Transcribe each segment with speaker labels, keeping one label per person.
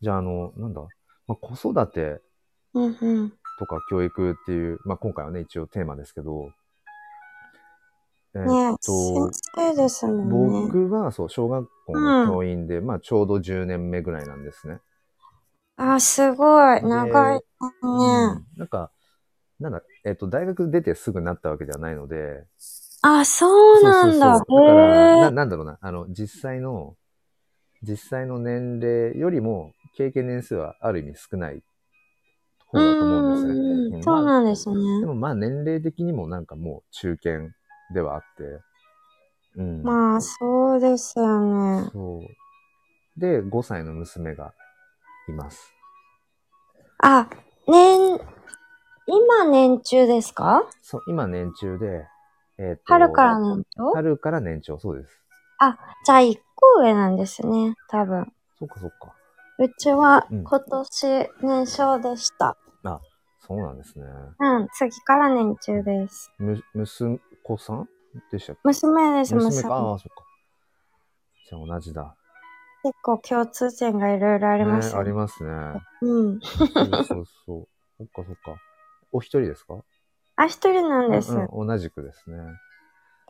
Speaker 1: じゃあ、あの、なんだ、まあ、子育て
Speaker 2: うんうん。
Speaker 1: とか教育っていう、まあ、今回はね、一応テーマですけど、えー
Speaker 2: ね
Speaker 1: っと
Speaker 2: 先、生ですもんね。
Speaker 1: 僕は、そう、小学校の教員で、まあ、ちょうど10年目ぐらいなんですね。
Speaker 2: あ、すごい。
Speaker 1: で
Speaker 2: 長いね。
Speaker 1: うんなんか、なんだ、えっ、と、大学出てすぐなったわけではないので、
Speaker 2: あ、そうなんだ。
Speaker 1: そうそうそうだから
Speaker 2: へ
Speaker 1: な、
Speaker 2: え。
Speaker 1: なんだろうな、あの、実際の、実際の年齢よりも、経験年数はある意味少ない方だと思うんですね。
Speaker 2: うんう。
Speaker 1: うんん
Speaker 2: そう
Speaker 1: まあ
Speaker 2: なんですね。
Speaker 1: でもまあ、年齢的にもなんかもう中堅ではあって、うん。
Speaker 2: まあ、そうですよね。
Speaker 1: そう。で、5歳の娘がいます。
Speaker 2: あ、年、今年中ですか
Speaker 1: そう、今年中で、えっ、と、
Speaker 2: 春から年長
Speaker 1: 春から年長、そうです。
Speaker 2: じゃあ一個上なんですね、多分。
Speaker 1: そっかそっか。
Speaker 2: うちは
Speaker 1: うん
Speaker 2: 今年年少でした。
Speaker 1: そうなんですね。
Speaker 2: うん、次から年中です。
Speaker 1: む、娘子さんでしたっ
Speaker 2: 娘です、
Speaker 1: け娘
Speaker 2: 娘。
Speaker 1: か。あ
Speaker 2: 結
Speaker 1: あ、そっか。じゃあ同じだ。
Speaker 2: 構共通点がいろいろあ
Speaker 1: あ
Speaker 2: ります
Speaker 1: あ
Speaker 2: よ、
Speaker 1: りますね。
Speaker 2: うん。
Speaker 1: そうそうそう。そっかそっか。お一人ですか
Speaker 2: あ、一人なんです。
Speaker 1: うんうん同じくですね。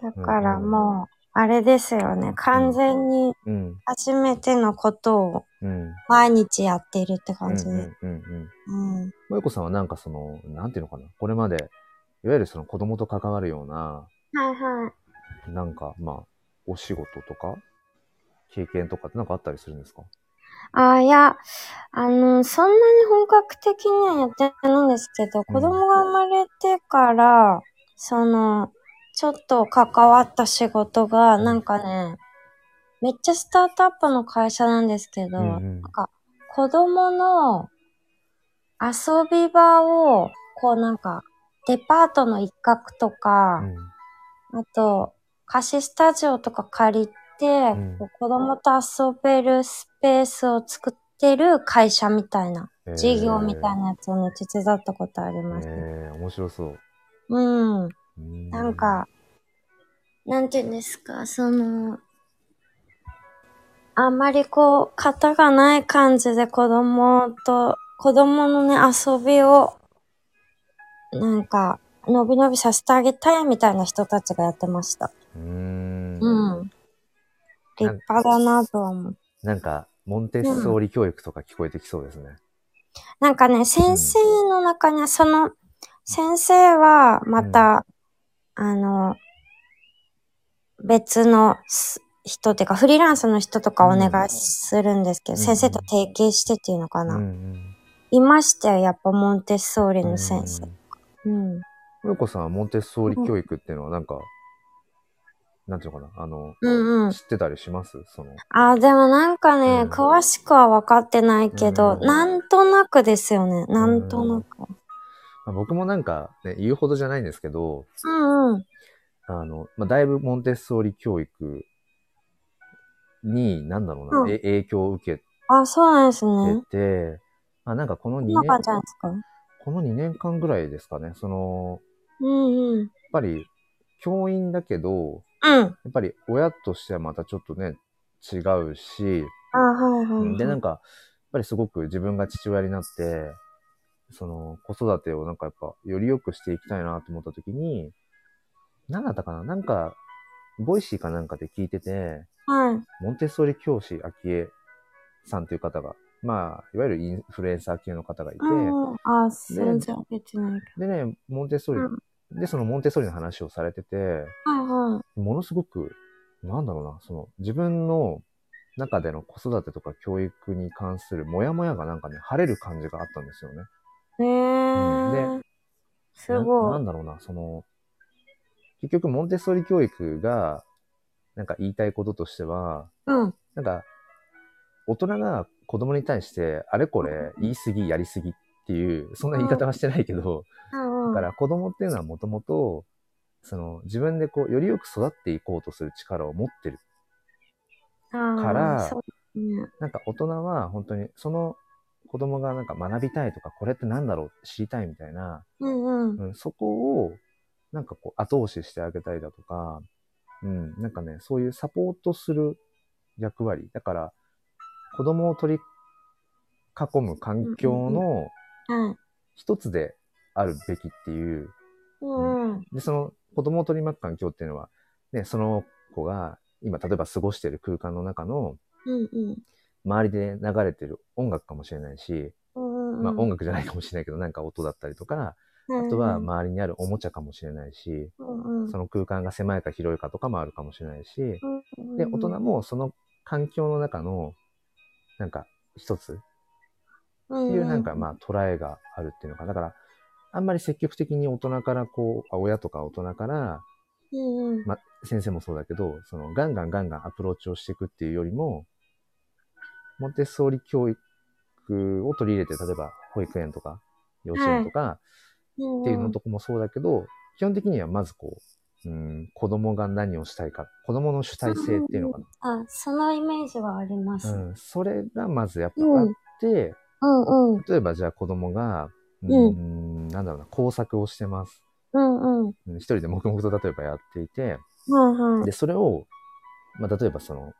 Speaker 2: だからもう、あれですよね。完全に
Speaker 1: うん。
Speaker 2: 初めてのことを
Speaker 1: うん。
Speaker 2: 毎日やっているって
Speaker 1: うん
Speaker 2: 感じ
Speaker 1: う
Speaker 2: で。
Speaker 1: んうんうん。
Speaker 2: うん。
Speaker 1: もえこさんはなんかその、なんていうのかな。これまで、いわゆるその子供と関わるような、
Speaker 2: はいはい。
Speaker 1: なんかまあ、お仕事とか、経験とかってなんかあったりするんですか
Speaker 2: あいや、あの、そんなに本格的にはやってないんですけど、子供が生まれてから、その、ちょっと関わった仕事が、なんかね、めっちゃスタートアップの会社なんですけど、
Speaker 1: うんうん
Speaker 2: なんか、子供の遊び場を、こうなんか、デパートの一角とか、
Speaker 1: うん。
Speaker 2: あと、貸しスタジオとか借りて、
Speaker 1: ん
Speaker 2: こう子供と遊べるスペースを作ってる会社みたいな、
Speaker 1: えー
Speaker 2: 事業みたいなやつをね、手伝ったことあります。
Speaker 1: えー、面白そう。
Speaker 2: うん。
Speaker 1: うー
Speaker 2: なん、か、なんて言うんですか、その、あんまりこう、型がない感じで子供と、子供のね、遊びを、なんか、のびのびさせてあげたいみたいな人たちがやってました。
Speaker 1: うーん。
Speaker 2: うん。立派だなとは思う。
Speaker 1: なんか、モンテッソーリ教育とか聞こえてきそうですね。
Speaker 2: なんかね、先生の中には、その、先生は、また、あの、別のす人っていうか、フリーランスの人とかお願いするんですけど、
Speaker 1: うん
Speaker 2: 先生と提携してっていうのか
Speaker 1: う
Speaker 2: な。
Speaker 1: ん
Speaker 2: いましたよ、やっぱモンテッソー
Speaker 1: う
Speaker 2: リ
Speaker 1: ん。
Speaker 2: の先生。
Speaker 1: うん
Speaker 2: うん。
Speaker 1: もよこさんはモンテッソーリ教育っていうのはなんか、なんていうのかな、あの、
Speaker 2: うんうん。
Speaker 1: 知ってたりしますその。
Speaker 2: あ、でもなんかね、
Speaker 1: うん
Speaker 2: 詳しくは分かってないけど、
Speaker 1: うん
Speaker 2: なんとなくですよね。なんとなく。
Speaker 1: まあ僕もなんか、ね、言うほどじゃないんですけど、
Speaker 2: うんうん。
Speaker 1: あの、まあ、だいぶモンテッソーリ教育に、なんだろうな、
Speaker 2: うん
Speaker 1: え影響を受けて
Speaker 2: あ、そうなんですね。
Speaker 1: て、まあなんかこの2
Speaker 2: こんな感じなん
Speaker 1: 年
Speaker 2: で、すか
Speaker 1: この2年間ぐらいですかね、その、
Speaker 2: うんうん。
Speaker 1: やっぱり教員だけど、
Speaker 2: うん。
Speaker 1: やっぱり親としてはまたちょっとね、違うし、
Speaker 2: あ、はいはいはい。
Speaker 1: で、なんか、やっぱりすごく自分が父親になって、その、子育てをなんかやっぱ、より良くしていきたいなと思った時に、何だったかななんか、ボイシーかなんかで聞いてて、
Speaker 2: はい。
Speaker 1: モンテッソーリ教師、昭恵さんという方が、まあ、いわゆるインフルエンサー系の方がいて、
Speaker 2: うん、あ、全然受けてないけ
Speaker 1: でね、モンテッソーリ、で、そのモンテッソーリの話をされてて、
Speaker 2: ど。はいはい。
Speaker 1: ものすごく、なんだろうな、その自分の中での子育てとか教育に関するモヤモヤがなんかね、晴れる感じがあったんですよね。
Speaker 2: へ
Speaker 1: う
Speaker 2: え。す
Speaker 1: な。な
Speaker 2: ごい。
Speaker 1: んだろうな、その、結局モンテッソーリ教育が、なんか言いたいこととしては、
Speaker 2: うん。
Speaker 1: なんか、大人が子供に対して、あれこれ言い過ぎ、やり過ぎっていう、そんな言い方はしてないけど、
Speaker 2: うん
Speaker 1: だ
Speaker 2: うん。
Speaker 1: か
Speaker 2: はい
Speaker 1: ら子供っていうのはもともと、その自分でこう、よりよく育っていこうとする力を持ってる。から
Speaker 2: そうね。
Speaker 1: なんか大人は本当にその子供がなんか学びたいとか、これってなんだろう、知りたいみたいな、
Speaker 2: うんうん。
Speaker 1: うん、そこをなんかこう後押ししてあげたりだとか、うん、なんかね、そういうサポートする役割。だから、子供を取り囲む環境の
Speaker 2: はい。
Speaker 1: 一つであるべきっていう、
Speaker 2: うん。
Speaker 1: で、その子供を取り巻く環境っていうのは、ね、その子が今、例えば過ごしている空間の中の
Speaker 2: うんうん。
Speaker 1: 周りで流れてる音楽かもしれないし、
Speaker 2: うんうん。
Speaker 1: まあ音楽
Speaker 2: 楽、
Speaker 1: じゃないかもしれないけど、なんか音だったりとか、
Speaker 2: あ
Speaker 1: あとは周りにあるおもちゃかもしれないし、
Speaker 2: うんうん
Speaker 1: その空間が狭いか広いかとかもあるかもしれないし、
Speaker 2: うん
Speaker 1: で、大人もその環境の中の、なんか一つっていうなんかまあ捉えがあるっていうのか。だから、あんまり積極的に大人からこう、あ親とか大人から、
Speaker 2: うんうん
Speaker 1: まあ先生もそうだけど、そのガンガンガンガンアプローチをしていくっていうよりも、モンテッソーリ教育を取り入れて、例えば保育園とか幼稚園とかっていうのとかもそうだけど、基本的にはまずこう、うん、子供が何をしたいか、子供の主体性っていうのかな。
Speaker 2: あ、そのイメージはあります。う
Speaker 1: うんん、それがまずやっぱ
Speaker 2: うん
Speaker 1: あって、
Speaker 2: うん。
Speaker 1: 例えばじゃあ子供が、うーん、なんだろうな、工作をしてます。
Speaker 2: うんうん。はい
Speaker 1: うん一人で黙々と例えばやっていて、
Speaker 2: はい。
Speaker 1: で、それを、まあ、例えばその、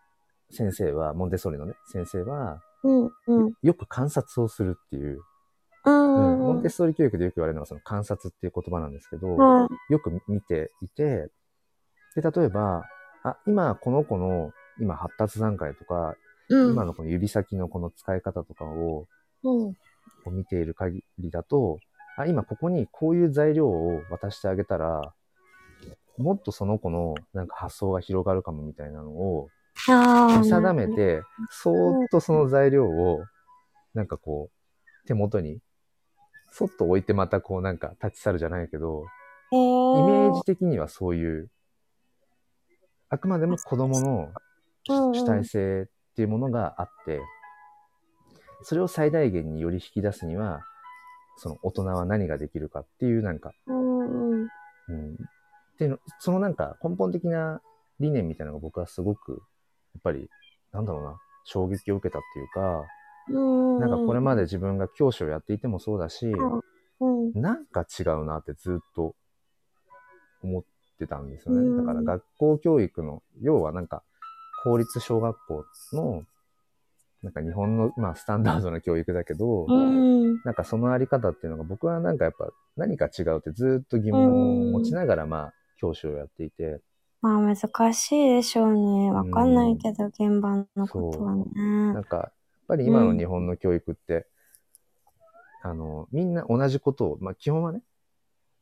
Speaker 1: 先生は、モンテッソーリのね、先生は、
Speaker 2: うんうん。
Speaker 1: よく観察をするっていう、
Speaker 2: うん
Speaker 1: うん
Speaker 2: うん。
Speaker 1: モンテッソーリ教育でよく言われるのはその観察っていう言葉なんですけど、
Speaker 2: はい。
Speaker 1: よく見ていて、で、例えば、あ、今この子の、今発達段階とか、
Speaker 2: うん。
Speaker 1: 今のこの指先のこの使い方とかを、
Speaker 2: うん。
Speaker 1: を見ている限りだと、あ、今ここにこういう材料を渡してあげたら、もっとその子のなんか発想が広がるかもみたいなのを
Speaker 2: ああ。
Speaker 1: 見定め。て、そーっとその材料をなんかこう手元にそっと置いてまたこうなんか立ち去るじゃないけど、
Speaker 2: え
Speaker 1: イメ
Speaker 2: ー
Speaker 1: ージ的にはそういう、あくまでも子供の
Speaker 2: うんうん
Speaker 1: 主体性っていうものがあって、それを最大限により引き出すには、その大人は何ができるかっていうなんか、
Speaker 2: うんう
Speaker 1: う
Speaker 2: ん。
Speaker 1: ん、っていうの、そのなんか根本的な理念みたいなのが僕はすごく、やっぱり、なんだろうな、衝撃を受けたっていうか、
Speaker 2: うん。
Speaker 1: なんかこれまで自分が教師をやっていてもそうだし、
Speaker 2: うん。
Speaker 1: なんか違うなってずっと思ってたんですよ
Speaker 2: うん
Speaker 1: ね。だから学校教育の、要はなんか、公立小学校の、なんか日本の、まあスタンダードな教育だけど、
Speaker 2: うん。
Speaker 1: なんかそのあり方っていうのが僕はなんかやっぱ何か違うってずっと疑問を持ちながらまあ教師をやっていて、
Speaker 2: まあ難しいでしょうね。わかんないけど、現場のことはね。
Speaker 1: なんかやっぱり今の日本の教育って、あの、みんな同じことを、まあ基本はね、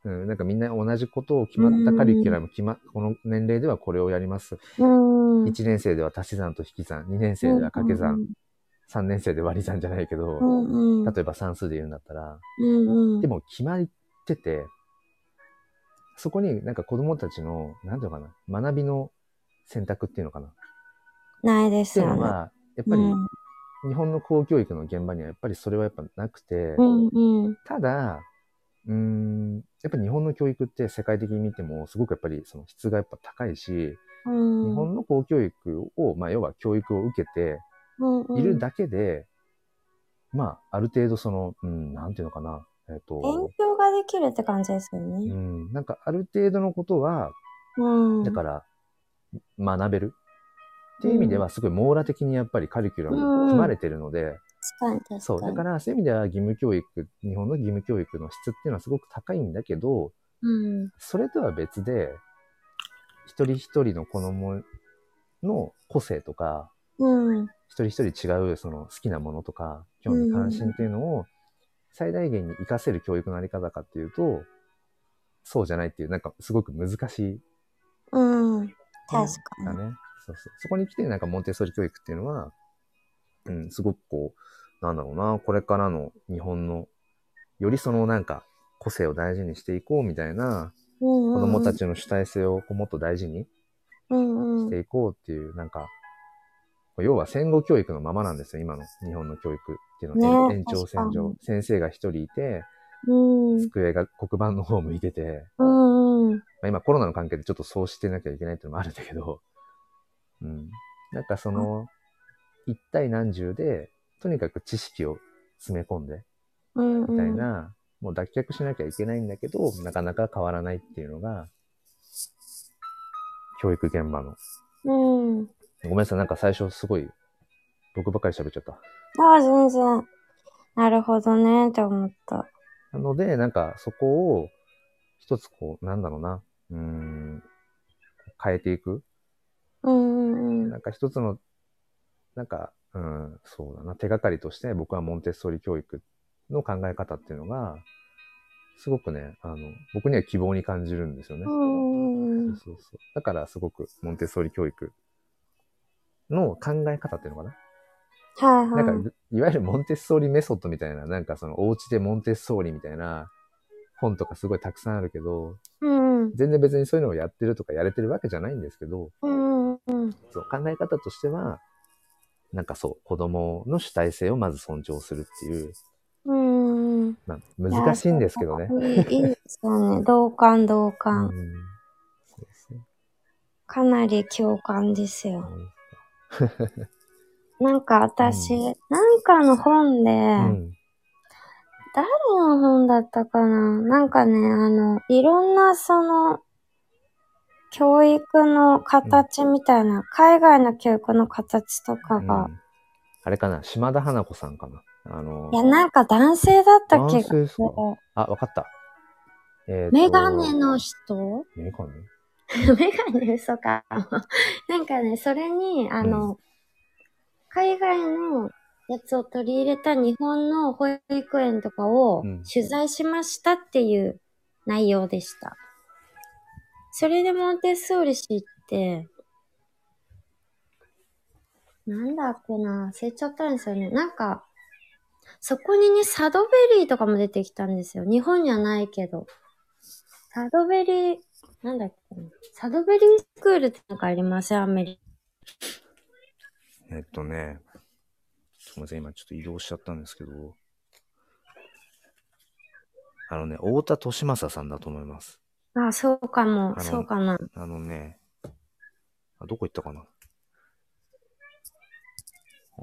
Speaker 1: うん、なんかみんな同じことを決まったカリキュラム、決ま、この年齢ではこれをやります。
Speaker 2: うん。
Speaker 1: 1年生では足し算と引き算、2年生では掛け算、。3年生で割り算じゃないけど
Speaker 2: う、んうん。
Speaker 1: 例えば算数で言うんだったら、
Speaker 2: うんうん。
Speaker 1: でも決まってて、そこになんか子供たちの、なんていうのかな、学びの選択っていうのかな。っ
Speaker 2: ないで
Speaker 1: て
Speaker 2: す
Speaker 1: いう
Speaker 2: よ
Speaker 1: の
Speaker 2: ね。
Speaker 1: は、やっぱり日本の公教育の現場にはやっぱりそれはやっぱなくて
Speaker 2: う、んうん。
Speaker 1: ただ、うーん、やっぱり日本の教育って世界的に見てもすごくやっぱりその質がやっぱ高いし、
Speaker 2: うん。
Speaker 1: 日本の公教育を、まあ要は教育を受けて、いるだけで、まあ、ある程度その、うん、なんていうのかな、えっ、
Speaker 2: 勉
Speaker 1: と、
Speaker 2: 強ができるって感じですよ
Speaker 1: う
Speaker 2: ね。
Speaker 1: ん、なんかある程度のことは、
Speaker 2: うん。
Speaker 1: だから、学べるっていう意味では、すごい網羅的にやっぱりカリキュラムが組まれてるので、
Speaker 2: 確かに
Speaker 1: そう、だ
Speaker 2: 確
Speaker 1: か
Speaker 2: かに。
Speaker 1: らそういう意味では義務教育、日本の義務教育の質っていうのはすごく高いんだけど、
Speaker 2: うん。
Speaker 1: それとは別で、一人一人の子供の個性とか、
Speaker 2: うん。
Speaker 1: 一人一人違うその好きなものとか興味関心っていうのを最大限に活かせる教育のあり方かっていうと、そうじゃないっていう、なんかすごく難しい、ね。
Speaker 2: うん。確
Speaker 1: だ
Speaker 2: かに。
Speaker 1: ね。そうそう。そこに来てなんかモンテッソーリ教育っていうのは、うん、すごくこう、なんだろうな、これからの日本の、よりそのなんか個性を大事にしていこうみたいな、
Speaker 2: 子
Speaker 1: 子供た。ちの主体性をこうもっと大事に
Speaker 2: うんう
Speaker 1: し
Speaker 2: ん。
Speaker 1: ていこうっていう、なんか、要は戦後教育のままなんですよ、今の日本の教育っていうのは、
Speaker 2: ね
Speaker 1: 延長線上。先生が一人いて、
Speaker 2: うん。
Speaker 1: 机が黒板の方向いてて、
Speaker 2: うんうん。
Speaker 1: まあ、今コロナの関係でちょっとそうしてなきゃいけないっていうのもあるんだけど、うん。なんかその、一体何十で、とにかく知識を詰め込んで、
Speaker 2: うんうん。
Speaker 1: みたいな、もう脱却しなきゃいけないんだけど、なかなか変わらないっていうのが、教育現場の
Speaker 2: うん。
Speaker 1: ごめんなさい、なんか最初すごい、僕ばっかり喋っちゃった。
Speaker 2: ああ、全然。なるほどねって思った。
Speaker 1: なので、なんかそこを一つこう、なんだろうな、うーん、変えていく。
Speaker 2: うんうんうん。
Speaker 1: なんか一つの、なんか、うん、そうだな、手がかりとして僕はモンテッソーリ教育の考え方っていうのが、すごくね、あの、僕には希望に感じるんですよね。
Speaker 2: うんうんう。
Speaker 1: そうんそうそう。だからすごくモンテッソーリ教育の考え方っていうのかな。
Speaker 2: はい
Speaker 1: な
Speaker 2: はい。
Speaker 1: んか、いわゆるモンテッソーリメソッドみたいな、なんかそのお家でモンテッソーリみたいな本とかすごいたくさんあるけど、
Speaker 2: うんうん。
Speaker 1: 全然別にそういうのをやってるとかやれてるわけじゃないんですけど、
Speaker 2: うんうんうん。
Speaker 1: そう考え方としては、なんかそう、子供の主体性をまず尊重するっていう、
Speaker 2: うんうん。
Speaker 1: まあ、難しいんですけどね。
Speaker 2: いいいいですよ ね。同感同
Speaker 1: うん
Speaker 2: 感。
Speaker 1: そうですね
Speaker 2: かなり共感ですよ。
Speaker 1: う
Speaker 2: なんか私、
Speaker 1: う
Speaker 2: なんかの本で、
Speaker 1: ん
Speaker 2: 何の本だったかななんかね、あの、いろんなその、教育の形みたいな、海外の教育の形とか
Speaker 1: うん
Speaker 2: が、
Speaker 1: あれかな、島田花子さんかな。あの
Speaker 2: い、や、なんか男性だった
Speaker 1: 男
Speaker 2: 気がす
Speaker 1: 性
Speaker 2: る
Speaker 1: で。すかあ、わかった。えーと
Speaker 2: メガネの人
Speaker 1: メガネ
Speaker 2: メガネ嘘か。 なんかね、それに、あの、海外のやつを取り入れた日本の保育園とかを
Speaker 1: うん
Speaker 2: 取材しましたっていう内容でした。それでモンテッソーリ氏って、なんだっけな、忘れちゃったんですよね。なんか、そこにね、サドベリーとかも出てきたんですよ。日本にはないけど。サドベリー、なんだっけな。サドベリースクールってなんかありませんアメリ
Speaker 1: えっとね、すみません、今ちょっと移動しちゃったんですけど、あのね、太田利正さんだと思います。
Speaker 2: カ。あ、そうかも
Speaker 1: あ、の
Speaker 2: そうかな。
Speaker 1: あのね、あどこ行ったかな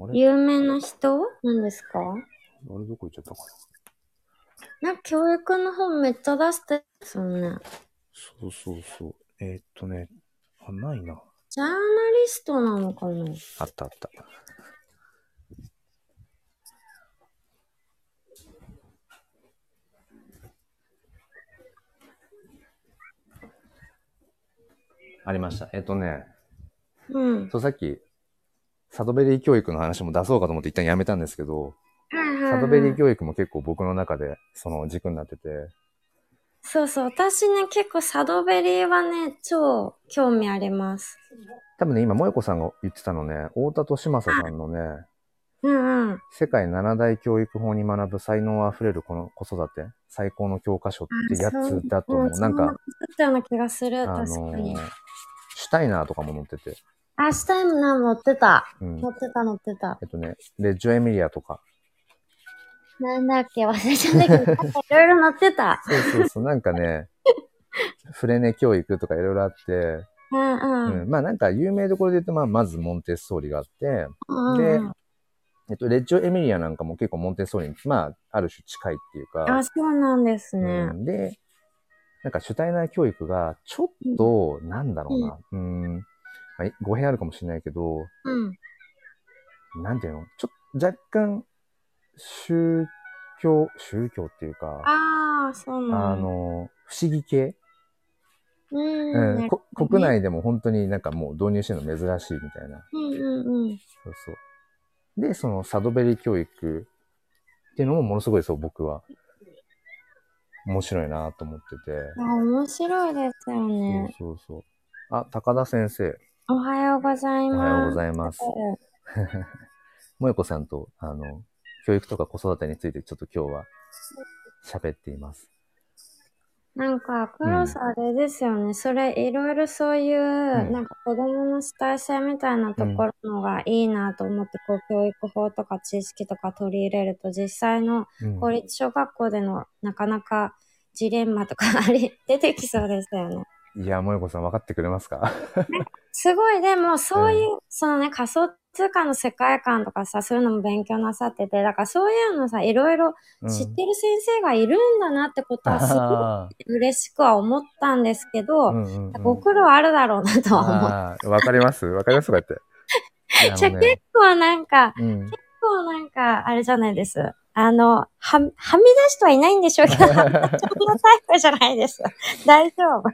Speaker 1: あれあれ
Speaker 2: 有名な人なんですか
Speaker 1: どこ行っちゃったかな
Speaker 2: なんか教育の本めっちゃ出してますよね。
Speaker 1: そうそうそう。えーっとね、あ、ないな。
Speaker 2: ジャーナリストなのかな
Speaker 1: あったあった。ありました。えっとね、
Speaker 2: うん。
Speaker 1: そうさっき、サドベリー教育の話も出そうかと思って一旦やめたんですけど、
Speaker 2: はいはい、はい。
Speaker 1: サドベリー教育も結構僕の中でその軸になってて、
Speaker 2: そうそう。私ね、結構サドベリーはね、超興味あります。
Speaker 1: 多分ね、今、萌子さんが言ってたのね、太田利正さんのね、
Speaker 2: うんうん。
Speaker 1: 世界七大教育法に学ぶ才能あふれるこの子育て、最高の教科書ってやつだと思う。
Speaker 2: も
Speaker 1: なんか、、
Speaker 2: そんなことだったような気がする。
Speaker 1: あの
Speaker 2: 確かに。
Speaker 1: ー、シュタイナーとかも載ってて、
Speaker 2: あ、シュタイムな、持ってた。
Speaker 1: うん
Speaker 2: 持。ってた、持ってた。
Speaker 1: えっとね、レッジオエミリアとか。
Speaker 2: なんだっけ、忘れちゃったけ ど、なんかいろいろ載ってた。
Speaker 1: そうそうそう、なんかね、 フレネ教育とかいろいろあって、
Speaker 2: うんうん。
Speaker 1: う
Speaker 2: うん
Speaker 1: ん、まあなんか有名どころで言うと、まあまずモンテッソーリがあって、
Speaker 2: うん
Speaker 1: で
Speaker 2: うん、
Speaker 1: えっと、レッジオエミリアなんかも結構モンテッソーリに、まあある種近いっていうか、
Speaker 2: あ、そうなんですね。
Speaker 1: うん、で、なんか主体な教育が、ちょっと、なんだろうな、うん、んまあ、語弊あるかもしれないけど、
Speaker 2: うん。
Speaker 1: なんていうのちょっと若干、宗教、宗教っていうか、
Speaker 2: ああ、そう
Speaker 1: あ
Speaker 2: なの。
Speaker 1: の、不思議系、
Speaker 2: うん
Speaker 1: う
Speaker 2: うん
Speaker 1: んこ国内でも本当になんかもう導入してるの珍しいみたいな。
Speaker 2: うんうん。
Speaker 1: そうそう。で、そのサドベリ教育っていうのもものすごいそう、僕は。面白いなと思ってて。
Speaker 2: あ、面白いですよね。
Speaker 1: そうそうそう。あ、高田先生。
Speaker 2: おはようござい
Speaker 1: お
Speaker 2: ます。
Speaker 1: はようございます。
Speaker 2: ます。
Speaker 1: もえこさんと、あの、教育とか子育てについてちょっと今日は喋っています。
Speaker 2: なんか、クロスあれですよね。それ、いろいろそういう、
Speaker 1: ん
Speaker 2: なんか子供の主体性みたいなところのがいいなと思って、こう、教育法とか知識とか取り入れると、実際の
Speaker 1: うん
Speaker 2: 公立小学校でのなかなかジレンマとかあれ、出てきそうですよね。
Speaker 1: いや、もえこさん分かってくれますか
Speaker 2: すごい、でもそういう、そのね、仮想通貨の世界観とかさ、そういうのも勉強なさってて、だからそういうのさ、いろいろ知ってる先生がいるんだなってことはすご
Speaker 1: あ
Speaker 2: い嬉しくは思ったんですけ
Speaker 1: あ
Speaker 2: ど、
Speaker 1: ー うんうんうん
Speaker 2: ご苦労あるだろうなとは思う。
Speaker 1: あーわかりますわかりますかって。
Speaker 2: じゃあ結構なんか、
Speaker 1: 構、うん
Speaker 2: 結構なんか、あれじゃないです。あの、は、はみ出してはいないんでしょう けど、そんなタイプじゃないです。 大丈夫。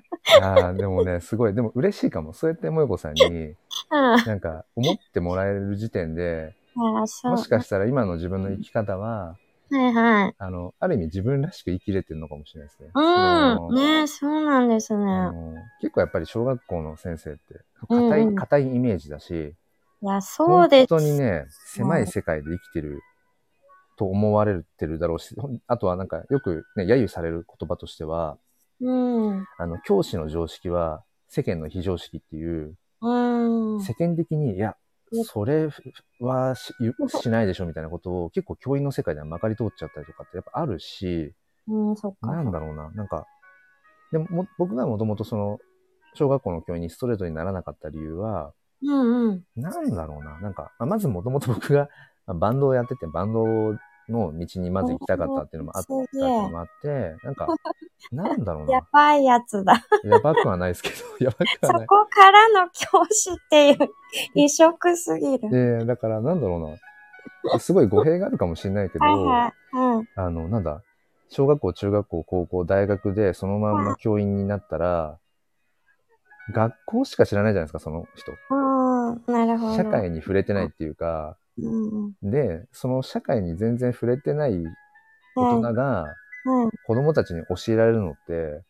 Speaker 1: ああ、でもね、すごい、でも嬉しいかも。そうやってもよこさん に、
Speaker 2: うん。
Speaker 1: なんか、思ってもらえる時点で、
Speaker 2: ああ、そう。
Speaker 1: もしかしたら今の自分の生き方は、
Speaker 2: はいはい。
Speaker 1: あの、ある意味自分らしく生きれてるのかもしれないですね。その
Speaker 2: うん。ねそうなんですね。
Speaker 1: あの結構やっぱり小学校の先生って、硬
Speaker 2: うんう
Speaker 1: い、
Speaker 2: ん
Speaker 1: 硬いイメージだし、
Speaker 2: いや、そうです。
Speaker 1: 本当にね、狭い世界で生きてると思われてるだろうし、ほんあとはなんかよくね、揶揄される言葉としては、
Speaker 2: うん。
Speaker 1: あの、教師の常識は世間の非常識っていう、
Speaker 2: うん。
Speaker 1: 世間的に、いや
Speaker 2: うん、
Speaker 1: それはししないでしょみたいなことを結構教員の世界ではまかり通っちゃったりとかってやっぱあるし、
Speaker 2: うん、そっか。
Speaker 1: なんだろうな、なんか、でもも僕がもともとその、小学校の教員にストレートにならなかった理由は、
Speaker 2: うんうん。
Speaker 1: なんだろうな、なんか、まあまずもともと僕がまあバンドをやってて、バンドの道にまず行きたかったっていうのもあったっていうのもあって、なん か、なんだろう
Speaker 2: や
Speaker 1: な、
Speaker 2: ばいやつだ。
Speaker 1: やばくはないですけど、やばく
Speaker 2: そ
Speaker 1: はない。
Speaker 2: こからの教師っていう異色すぎる。
Speaker 1: で、だからなんだろうな、すごい語弊があるかもしれないけど、
Speaker 2: はいはい。うん。
Speaker 1: あの、なんだ、小学校、中学校、高校、大学でそのまんま教員になったら、学校しか知らないじゃないですか、その人。
Speaker 2: うん、なるほど。
Speaker 1: 社会に触れてないっていうか、
Speaker 2: うん。うん。
Speaker 1: で、その社会に全然触れてない大人
Speaker 2: はい。
Speaker 1: が
Speaker 2: はい
Speaker 1: 子供たちに教えられるのって、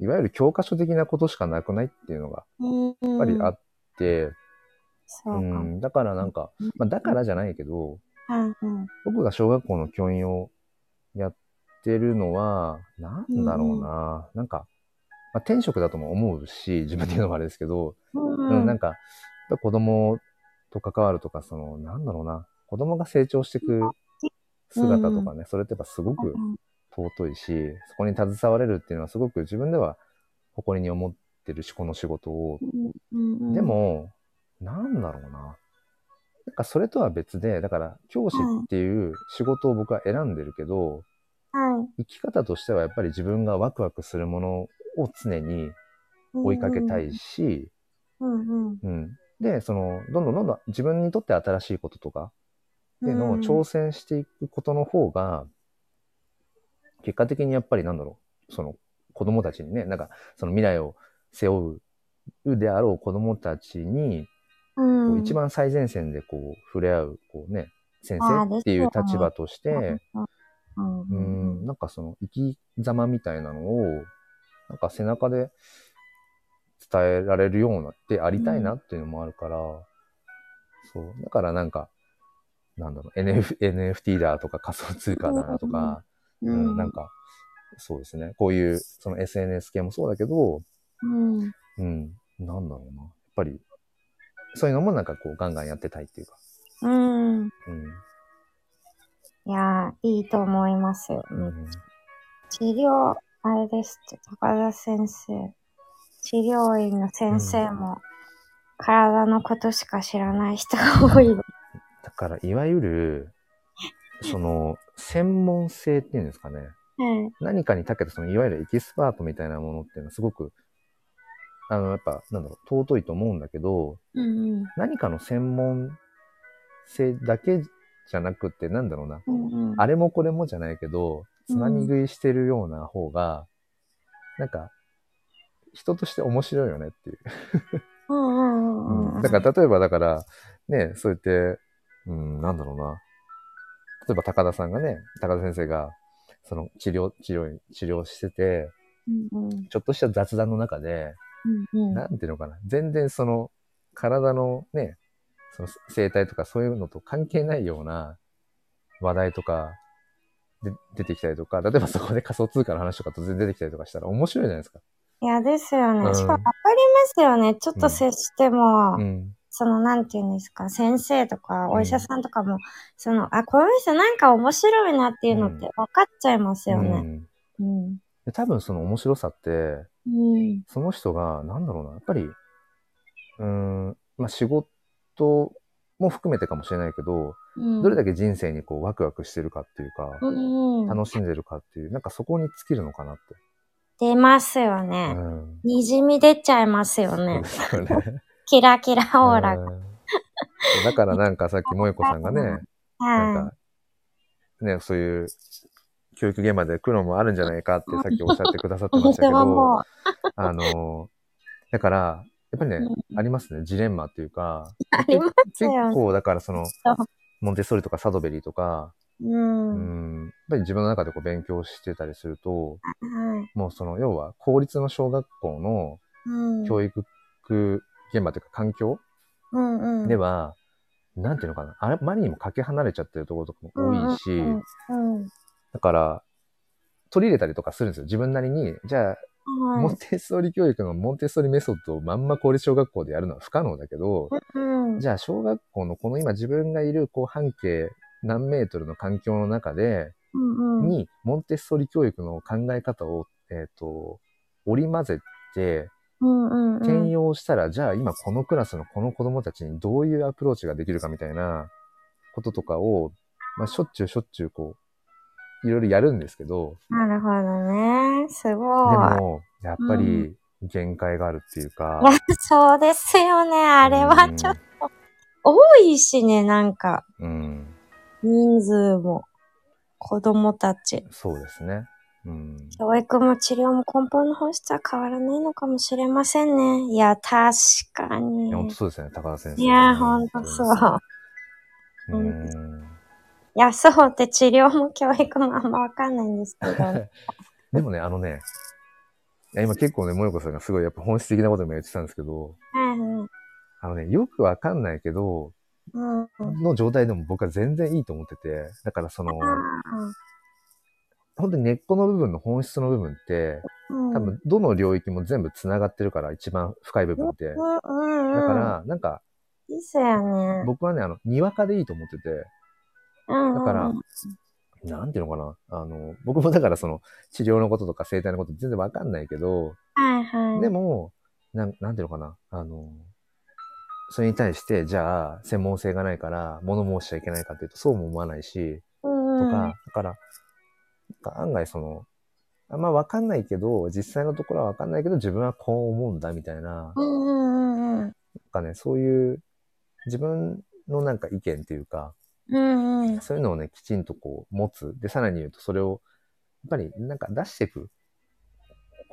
Speaker 1: いわゆる教科書的なことしかなくないっていうのが
Speaker 2: うん。
Speaker 1: やっぱりあって、
Speaker 2: そううか。
Speaker 1: ん、だからなんか、まあだからじゃないけど、
Speaker 2: うんうん。
Speaker 1: 僕が小学校の教員をやってるのは、なんだろうな、なんか、まあ、転職だとも思うし、自分で言うのもあれですけど、
Speaker 2: う
Speaker 1: うん
Speaker 2: ん。
Speaker 1: なんか、やっぱ子供と関わるとか、その、なんだろうな、子供が成長していく姿とかね、それってやっぱすごく
Speaker 2: うん
Speaker 1: 尊いし、そこに携われるっていうのはすごく自分では誇りに思ってるし、この仕事を。
Speaker 2: うんうん
Speaker 1: で、も、なんだろうな。なんかそれとは別で、だから教師っていう仕事を僕は選んでるけど、
Speaker 2: はい。
Speaker 1: 生き方としてはやっぱり自分がワクワクするものを常に追いかけたいし、
Speaker 2: うんうん。
Speaker 1: うん。で、その、どんどんどんどん自分にとって新しいこととかっていうのを挑戦していくことの方が、結果的にやっぱりなんだろう、その子供たちにね、なんかその未来を背負うであろう子供たちに、こ
Speaker 2: う。
Speaker 1: うん一番最前線でこう触れ合う、こうね、先
Speaker 2: あー
Speaker 1: 生っていう
Speaker 2: ですよね
Speaker 1: 立場として、
Speaker 2: うんう
Speaker 1: うん
Speaker 2: うん
Speaker 1: ん、なんかその生き様みたいなのを、なんか背中で伝えられるようなってありたいなっていうのもあるから、そう、だからなんか、なんだろう、NF、NFT だとか仮想通貨だとか、
Speaker 2: う
Speaker 1: うん
Speaker 2: ん。
Speaker 1: なんか、そうですね、こういう、その SNS 系もそうだけど、
Speaker 2: うん。
Speaker 1: うん、なんだろうな、やっぱり、そういうのもなんかこうガンガンやってたいっていうか、
Speaker 2: うん。
Speaker 1: うん、
Speaker 2: いやー、いいと思いますよ。
Speaker 1: うん、
Speaker 2: 治療、あれですって、高田先生。治療院の先生も、体のことしか知らない人が多い。
Speaker 1: だから、いわゆる、その、専門性っていうんですかね。
Speaker 2: うん
Speaker 1: 何かに長けた、その、いわゆるエキスパートみたいなものっていうのはすごく、あの、やっぱ、なんだろう、尊いと思うんだけど、
Speaker 2: うんうん
Speaker 1: 何かの専門性だけじゃなくて、なんだろうな、
Speaker 2: うんうん
Speaker 1: あれもこれもじゃないけど、つまみ食いしてるような方が、なんか、人として面白いよねっていう。
Speaker 2: うんうんうん
Speaker 1: だから、例えばだから、ね、そうやって、うん、なんだろうな。例えば高田さんがね、高田先生が、その治療、治療、治療してて、
Speaker 2: うんうん
Speaker 1: ちょっとした雑談の中で、
Speaker 2: うん
Speaker 1: なんていうのかな、全然その、体のね、その生態とかそういうのと関係ないような話題とか、で、出てきたりとか、例えばそこで仮想通貨の話とか突然出てきたりとかしたら面白いじゃないですか。
Speaker 2: いや、ですよ
Speaker 1: う
Speaker 2: ね。
Speaker 1: ん
Speaker 2: しかも分かりますよね。ちょっと接しても、
Speaker 1: うん。
Speaker 2: その、なんていうんですか、先生とか、
Speaker 1: ん
Speaker 2: お医者さんとかも、その、あ、この人なんか面白いなっていうのって分かっちゃいますよ
Speaker 1: う
Speaker 2: ね。
Speaker 1: ん
Speaker 2: うん。
Speaker 1: で多分その面白さって、
Speaker 2: うん。
Speaker 1: その人が、なんだろうな、やっぱり、うーん、まあ仕事も含めてかもしれないけど、
Speaker 2: うん。
Speaker 1: どれだけ人生にこうワクワクしてるかっていうか、
Speaker 2: うんうん。
Speaker 1: 楽しんでるかっていう、なんかそこに尽きるのかなって。
Speaker 2: 出ますよ
Speaker 1: う
Speaker 2: ね。
Speaker 1: ん。
Speaker 2: にじみ出ちゃいますよ
Speaker 1: そう
Speaker 2: ね
Speaker 1: で。すよね。
Speaker 2: キラキラオーラ
Speaker 1: う
Speaker 2: が。
Speaker 1: んだからなんかさっき萌子さんがね、
Speaker 2: は
Speaker 1: ないんか、ね、そういう教育現場で苦労もあるんじゃないかってさっきおっしゃってくださって
Speaker 2: お
Speaker 1: ました
Speaker 2: 店
Speaker 1: け
Speaker 2: は
Speaker 1: ど、
Speaker 2: も
Speaker 1: あの、だから、やっぱりね、
Speaker 2: う
Speaker 1: ありますね、ジレンマっていうか、
Speaker 2: ありま
Speaker 1: 結
Speaker 2: よね
Speaker 1: 構だからその、
Speaker 2: う、
Speaker 1: モンテッソーリとかサドベリーとか、
Speaker 2: う。
Speaker 1: うんん、やっぱり自分の中でこう勉強してたりすると、
Speaker 2: はい。
Speaker 1: もうその、要は公立の小学校の
Speaker 2: うん。
Speaker 1: 教育現場というか環境
Speaker 2: うんうん。
Speaker 1: では、なんていうのかな、あまりにもかけ離れちゃってるところとかも
Speaker 2: うん
Speaker 1: 多いし、
Speaker 2: うんうんうん
Speaker 1: だから、取り入れたりとかするんですよ。自分なりに、じゃあ、モ
Speaker 2: はい
Speaker 1: ンテッソーリ教育のモンテッソーリメソッドをまんま公立小学校でやるのは不可能だけど、
Speaker 2: うん
Speaker 1: じゃあ小学校のこの今自分がいるこう半径何メートルの環境の中で、
Speaker 2: うんうん
Speaker 1: に、モンテッソーリ教育の考え方を、えっ、と、織り交ぜて、
Speaker 2: うんうん
Speaker 1: 転用したら、じゃあ今このクラスのこの子供たちにどういうアプローチができるかみたいなこととかを、まあ、しょっちゅうしょっちゅうこう、いろいろやるんですけど、
Speaker 2: なるほどね。す
Speaker 1: で
Speaker 2: ごい。
Speaker 1: も、やっぱ
Speaker 2: う
Speaker 1: り限界があるっていうか
Speaker 2: い、や、 そうですよね。あれはちょっと多いしね、なんか、
Speaker 1: うん、
Speaker 2: 人数も、子供たち。
Speaker 1: そうですね。うん。
Speaker 2: 教育も治療も根本の本質は変わらないのかもしれませんね。いや、確か
Speaker 1: い
Speaker 2: に
Speaker 1: や、。本当そうですよね、高田先生。
Speaker 2: いや、ほんとそう。
Speaker 1: う。
Speaker 2: うんいや、そうって治療も教育もあんまわかんないんですけ ど。
Speaker 1: でもね、あのね、いや今結構ね、もよこさんがすごいやっぱ本質的なことも言ってたんですけど、
Speaker 2: うん
Speaker 1: あのね、よくわかんないけど、
Speaker 2: うん。うん。
Speaker 1: の状態でも僕は全然いいと思ってて、だからその、本当に根っこの部分の本質の部分って、
Speaker 2: うん。
Speaker 1: 多分どの領域も全部繋がってるから、一番深い部分って。
Speaker 2: うんうんうん。
Speaker 1: だから、なんか、
Speaker 2: いいっすよね。
Speaker 1: 僕はね、あの、にわかでいいと思ってて、
Speaker 2: うん。
Speaker 1: だから、なんていうのかな、あの、僕もだからその、治療のこととか生態のこと全然わかんないけど、
Speaker 2: はいはい。
Speaker 1: でも、なん、なんていうのかな、あの、それに対して、じゃあ、専門性がないから、物申しちゃいけないかっていうと、そうも思わないし、
Speaker 2: うんう
Speaker 1: と
Speaker 2: ん、
Speaker 1: か、だから、なんか案外その、あんまわかんないけど、実際のところはわかんないけど、自分はこう思うんだみたいな、な
Speaker 2: うんんうんうんうん。
Speaker 1: かね、そういう自分のなんか意見っていうか、
Speaker 2: うんうん。
Speaker 1: そういうのをね、きちんとこう持つ。で、さらに言うと、それを、やっぱりなんか出していく。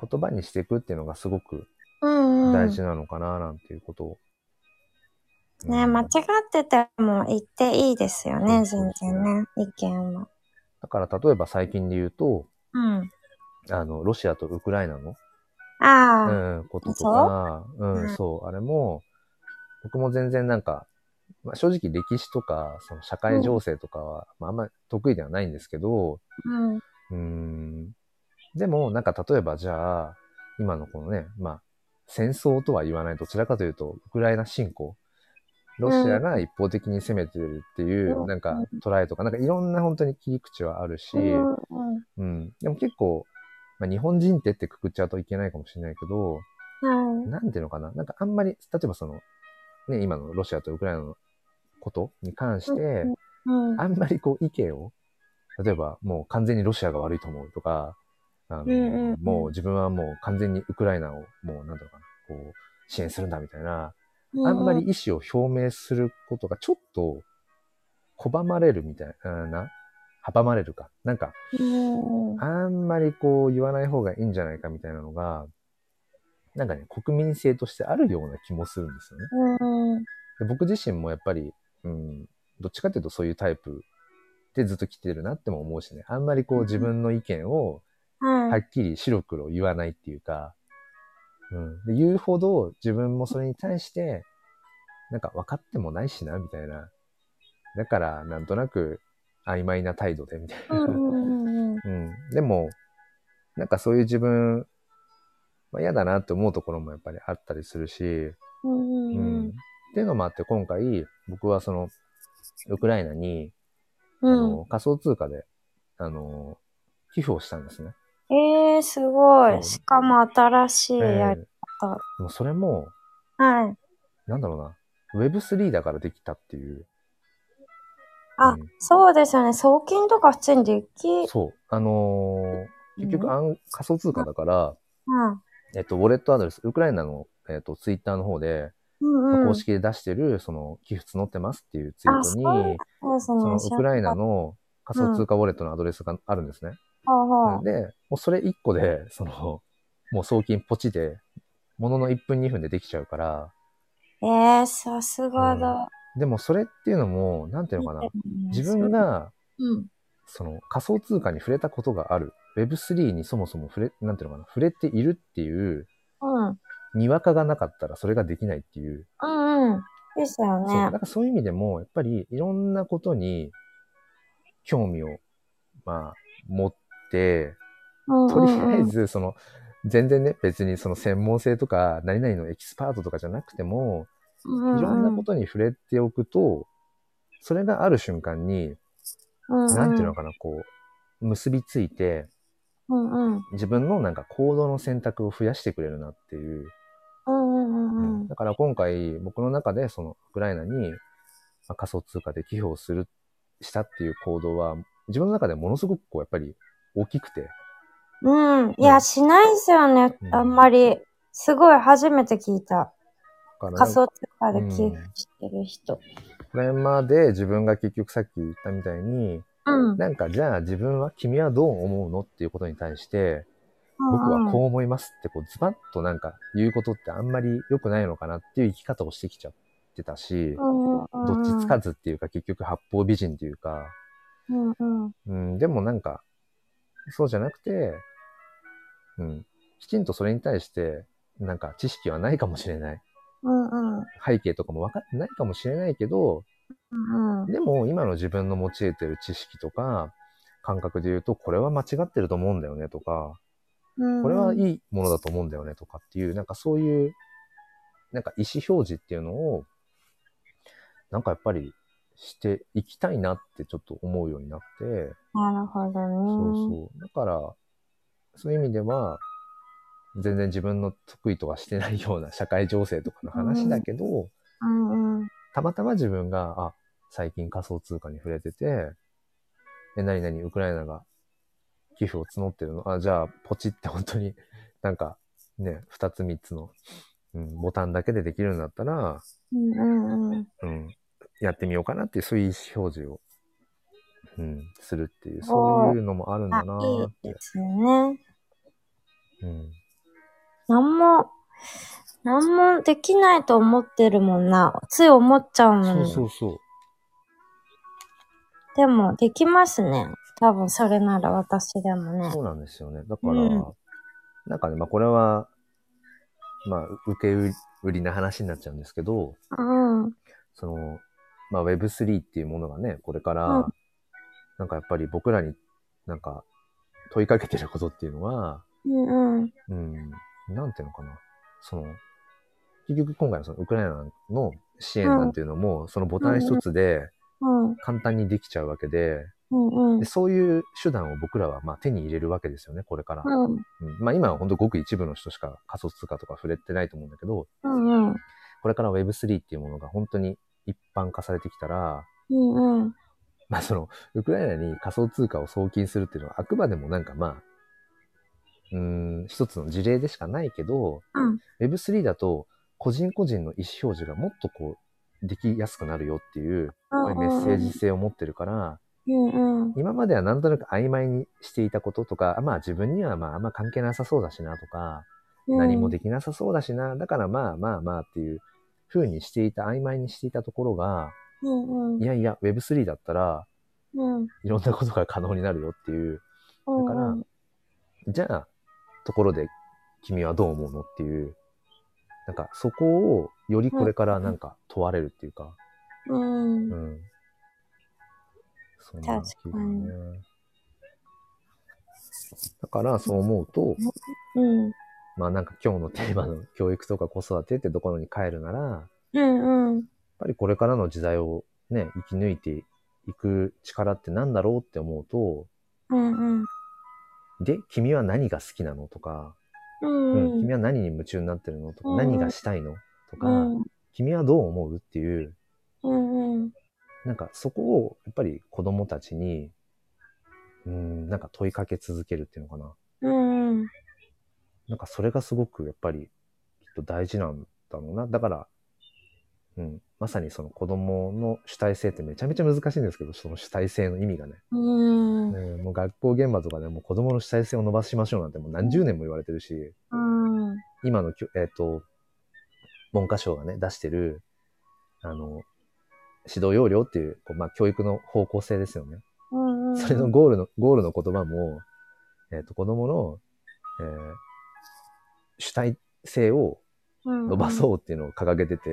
Speaker 1: 言葉にしていくっていうのがすごく
Speaker 2: うんうん、
Speaker 1: 大事なのかな、なんていうことを。
Speaker 2: ね、
Speaker 1: うん
Speaker 2: 間違ってても言っていいですよね、全然ね、意見も。
Speaker 1: だから、例えば最近で言うと、
Speaker 2: うん。
Speaker 1: あの、ロシアとウクライナの
Speaker 2: ああ、
Speaker 1: うん、こととか、うん、そう、あれも、僕も全然なんか、まあ、正直歴史とか、その社会情勢とかは、まあ、あんまり得意ではないんですけど、
Speaker 2: うん。
Speaker 1: うーん、でも、なんか例えばじゃあ、今のこのね、まあ、戦争とは言わない、どちらかというと、ウクライナ侵攻。ロシアが一方的に攻めてるっていう、
Speaker 2: うん
Speaker 1: なんか捉えとか、なんかいろんな本当に切り口はあるし、
Speaker 2: うん
Speaker 1: うん。でも結構、まあ、日本人ってってくくっちゃうといけないかもしれないけど、
Speaker 2: うん。はい。
Speaker 1: なんていうのかな、なんかあんまり、例えばその、ね、今のロシアとウクライナのことに関して、
Speaker 2: うん。
Speaker 1: あんまりこう意見を、例えばもう完全にロシアが悪いと思うとか、あの、
Speaker 2: うんうんうん
Speaker 1: もう自分はもう完全にウクライナをもうなんだろうかな、こう支援するんだみたいな、あんまり意思を表明することがちょっと拒まれるみたいな、阻まれるか。なんか、
Speaker 2: うん、うん。
Speaker 1: あんまりこう言わない方がいいんじゃないかみたいなのが、なんかね、国民性としてあるような気もするんですよね。
Speaker 2: うん。うん。
Speaker 1: で僕自身もやっぱり、うん、どっちかっていうとそういうタイプでずっと来てるなっても思うしね。あんまりこう
Speaker 2: うん
Speaker 1: 自分の意見をは
Speaker 2: はい。
Speaker 1: っきり白黒言わないっていうか、うん。で言うほど自分もそれに対して、なんか分かってもないしな、みたいな。だから、なんとなく曖昧な態度で、みたいな。
Speaker 2: うん。うん。
Speaker 1: うん。でも、なんかそういう自分、まあ、嫌だなって思うところもやっぱりあったりするし、
Speaker 2: うん。
Speaker 1: うんっていうのもあって、今回、僕はその、ウクライナに、あ
Speaker 2: うん。
Speaker 1: の仮想通貨で、あの、寄付をしたんですね。
Speaker 2: えー、すご
Speaker 1: そう
Speaker 2: い。しかも新しいや
Speaker 1: え
Speaker 2: り
Speaker 1: え
Speaker 2: 方。
Speaker 1: でもそれも、
Speaker 2: はい。
Speaker 1: なんだろうな、Web3 だからできたっていう。
Speaker 2: あ
Speaker 1: うん、
Speaker 2: そうですよね。送金とか普通にでき
Speaker 1: そう。あのー結局、
Speaker 2: うん
Speaker 1: あん仮想通貨だから、
Speaker 2: うん
Speaker 1: えっと、ウォレットアドレス、ウクライナの、えっと、ツイッターの方で、
Speaker 2: うん。うん。
Speaker 1: 公
Speaker 2: そ
Speaker 1: 式で出してる、その、寄付募ってますっていうツイート
Speaker 2: あそうなん
Speaker 1: に、
Speaker 2: うです
Speaker 1: その
Speaker 2: ね。
Speaker 1: ウクライナの仮想通貨ウォレットのアドレスがあるんですね。
Speaker 2: はあはあ。
Speaker 1: で、もうそれ1個で、 その、もう送金ポチで、ものの1分2分でできちゃうから、
Speaker 2: えー、さすがだ。
Speaker 1: でもそれっていうのも、なんていうのかな、自分、が、
Speaker 2: うん。
Speaker 1: その仮想通貨に触れたことがある。Web3 にそもそも触れ、なんていうのかな、触れているっていう、
Speaker 2: うん。
Speaker 1: にわかがなかったらそれができないっていう。
Speaker 2: うんうん。ですよ
Speaker 1: そう。だ
Speaker 2: ね。
Speaker 1: からそういう意味でも、やっぱりいろんなことに興味を、まあ、持って、
Speaker 2: うん
Speaker 1: とりあえ
Speaker 2: ず。
Speaker 1: ず、その、全然ね、別にその専門性とか、何々のエキスパートとかじゃなくても、
Speaker 2: いろ
Speaker 1: いろんなことに触れておくと、それがある瞬間に、
Speaker 2: と、うんうん
Speaker 1: なんていうのかな、こう、結びついて、
Speaker 2: うんうん。
Speaker 1: 自分のなんか行動の選択を増やしてくれるなっていう。
Speaker 2: うんうんうんうん。
Speaker 1: だから今回、僕の中でそのウクライナにまあ仮想通貨で寄付をする、したっていう行動は、自分の中でものすごくこう、やっぱり大きくて。
Speaker 2: うん。いや、しないですよね
Speaker 1: う。ん
Speaker 2: あんまり。すごい、初めて聞いた。
Speaker 1: だから
Speaker 2: 仮想通貨で寄付してる人。
Speaker 1: これまで自分が結局さっき言ったみたいに、
Speaker 2: うん。
Speaker 1: なんかじゃあ自分は、君はどう思うのっていうことに対して、僕はこう思いますって、こう、ズバッとなんか言うことってあんまり良くないのかなっていう生き方をしてきちゃってたし、
Speaker 2: うん。
Speaker 1: どっちつかずっていうか結局八方美人っていうか、
Speaker 2: うんうん。
Speaker 1: うん、でもなんか、そうじゃなくて、うん、きちんとそれに対して、なんか知識はないかもしれない。
Speaker 2: うんうん。
Speaker 1: 背景とかも分かってないかもしれないけど、
Speaker 2: うんうん。
Speaker 1: でも今の自分の持ち得てる知識とか、感覚で言うと、これは間違ってると思うんだよねとか、これはい
Speaker 2: い。
Speaker 1: いものだと思うんだよねとかっていう、なんかそういう、なんか意思表示っていうのを、なんかやっぱりしていきたいなってちょっと思うようになって、
Speaker 2: なるほどね。
Speaker 1: そうそう。だから、そういう意味では、全然自分の得意とはしてないような社会情勢とかの話だけど、
Speaker 2: うんうん。
Speaker 1: たまたま自分が、あ、最近仮想通貨に触れてて、え、なになに、ウクライナが寄付を募ってるのあ、じゃあ、ポチって本当に、 なんか、ね、二つ三つの、うん、ボタンだけでできるんだったら、
Speaker 2: うんうんうん。
Speaker 1: うん、やってみようかなっていう、そういう意思表示を、うん、するっていう、
Speaker 2: おー
Speaker 1: そういうのもあるん
Speaker 2: あ
Speaker 1: だな、
Speaker 2: い
Speaker 1: ー
Speaker 2: い
Speaker 1: って
Speaker 2: で。すね。
Speaker 1: うん。
Speaker 2: なんも、なんもできないと思ってるもんな。つい思っちゃうもん
Speaker 1: そ
Speaker 2: な
Speaker 1: うそうそう。
Speaker 2: でも、できますね。多分、それなら私でもね。
Speaker 1: そうなんですよね。だから、
Speaker 2: うん
Speaker 1: なんかね、まあこれは、まあ、受け売りな話になっちゃうんですけど、
Speaker 2: うん。うん
Speaker 1: その、まあ Web3 っていうものがね、これから、
Speaker 2: うん
Speaker 1: なんかやっぱり僕らになんか問いかけてることっていうのは、
Speaker 2: うん。
Speaker 1: うん、なんていうのかな。その、結局今回のそのウクライナの支援なんていうのも、そのボタン一つで
Speaker 2: うん。
Speaker 1: 簡単にできちゃうわけで、
Speaker 2: うん。うん
Speaker 1: で。そういう手段を僕らはまあ手に入れるわけですよね、これから。
Speaker 2: うん。
Speaker 1: うんまあ今は本当ごく一部の人しか仮想通貨とか触れてないと思うんだけど、
Speaker 2: うん。うん。
Speaker 1: これから Web3 っていうものが本当に一般化されてきたら、
Speaker 2: うん。うん。
Speaker 1: まあその、ウクライナに仮想通貨を送金するっていうのはあくまでもなんかまあ、うーん、一つの事例でしかないけど、Web3 だと個人個人の意思表示がもっとこう、できやすくなるよっていう、やっぱりメッセージ性を持ってるから、
Speaker 2: うん。うん。
Speaker 1: 今まではなんとなく曖昧にしていたこととか、あまあ自分にはまああんま関係なさそうだしなとか、何もできなさそうだしな、だからまあまあまあっていう風にしていた、曖昧にしていたところが、
Speaker 2: うん。うん。
Speaker 1: いやいや、Web3 だったら
Speaker 2: うん。
Speaker 1: いろんなことが可能になるよっていう、だから
Speaker 2: うん。
Speaker 1: じゃあ、ところで君はどう思うのっていう、なんかそこをよりこれからなんか問われるっていうか、
Speaker 2: うん
Speaker 1: う。ん。そんな気がね。だからそう思うと、
Speaker 2: うん。
Speaker 1: まあなんか今日のテーマの教育とか子育てってところに帰るなら、
Speaker 2: うん。うん。
Speaker 1: やっぱりこれからの時代をね、生き抜いていく力ってなんだろうって思うと、
Speaker 2: うん。
Speaker 1: で、君は何が好きなのとか、
Speaker 2: う
Speaker 1: うん
Speaker 2: ん。
Speaker 1: 君は何に夢中になってるのとか、
Speaker 2: うん
Speaker 1: 何がしたいのとか、
Speaker 2: うん。
Speaker 1: 君はどう思うっていう、
Speaker 2: うん。うん。
Speaker 1: なんかそこをやっぱり子供たちに、うん、なんか問いかけ続けるっていうのかな。
Speaker 2: うん。
Speaker 1: なんかそれがすごくやっぱりきっと大事なんだろうな。だから、ううん、まさにその子供の主体性ってめちゃめちゃ難しいんですけど、その主体性の意味がね。
Speaker 2: うん。
Speaker 1: うん、もう学校現場とかでもう子供の主体性を伸ばしましょうなんてもう何十年も言われてるし、
Speaker 2: うん。
Speaker 1: 今のきょ、えっ、と、文科省がね、出してる、あの、指導要領っていう、こうまあ、教育の方向性ですよね。
Speaker 2: うん。
Speaker 1: それのゴールの、ゴールの言葉も、えっ、と、子供の、えー主体性を伸ばそうっていうのを掲げてて、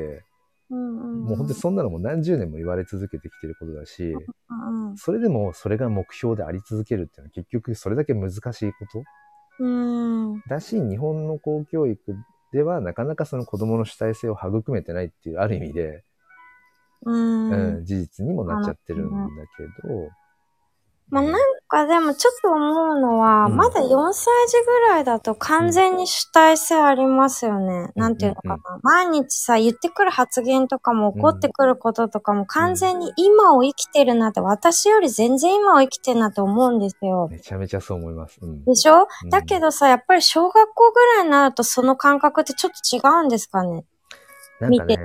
Speaker 2: うん。うん。
Speaker 1: もう本当にそんなのもう何十年も言われ続けてきてることだし、
Speaker 2: うん。
Speaker 1: それでもそれが目標であり続けるっていうのは結局それだけ難しいこと
Speaker 2: うん。うん。
Speaker 1: だし、日本の公教育ではなかなかその子供の主体性を育めてないっていうある意味で、
Speaker 2: うん。
Speaker 1: うん、事実にもなっちゃってるんだけど、
Speaker 2: まあなんかでもちょっと思うのは、
Speaker 1: うん
Speaker 2: まだ4歳児ぐらいだと完全に主体性ありますよね。
Speaker 1: うん
Speaker 2: なんていうのかな、毎日さ、言ってくる発言とかも起こってくることとかも完全に今を生きてるなって、私より全然今を生きてるなと思うんですよ。
Speaker 1: めちゃめちゃそう思います。うん。
Speaker 2: でしょ
Speaker 1: うん
Speaker 2: だけどさ、やっぱり小学校ぐらいになるとその感覚ってちょっと違うんですかね。
Speaker 1: なんかね、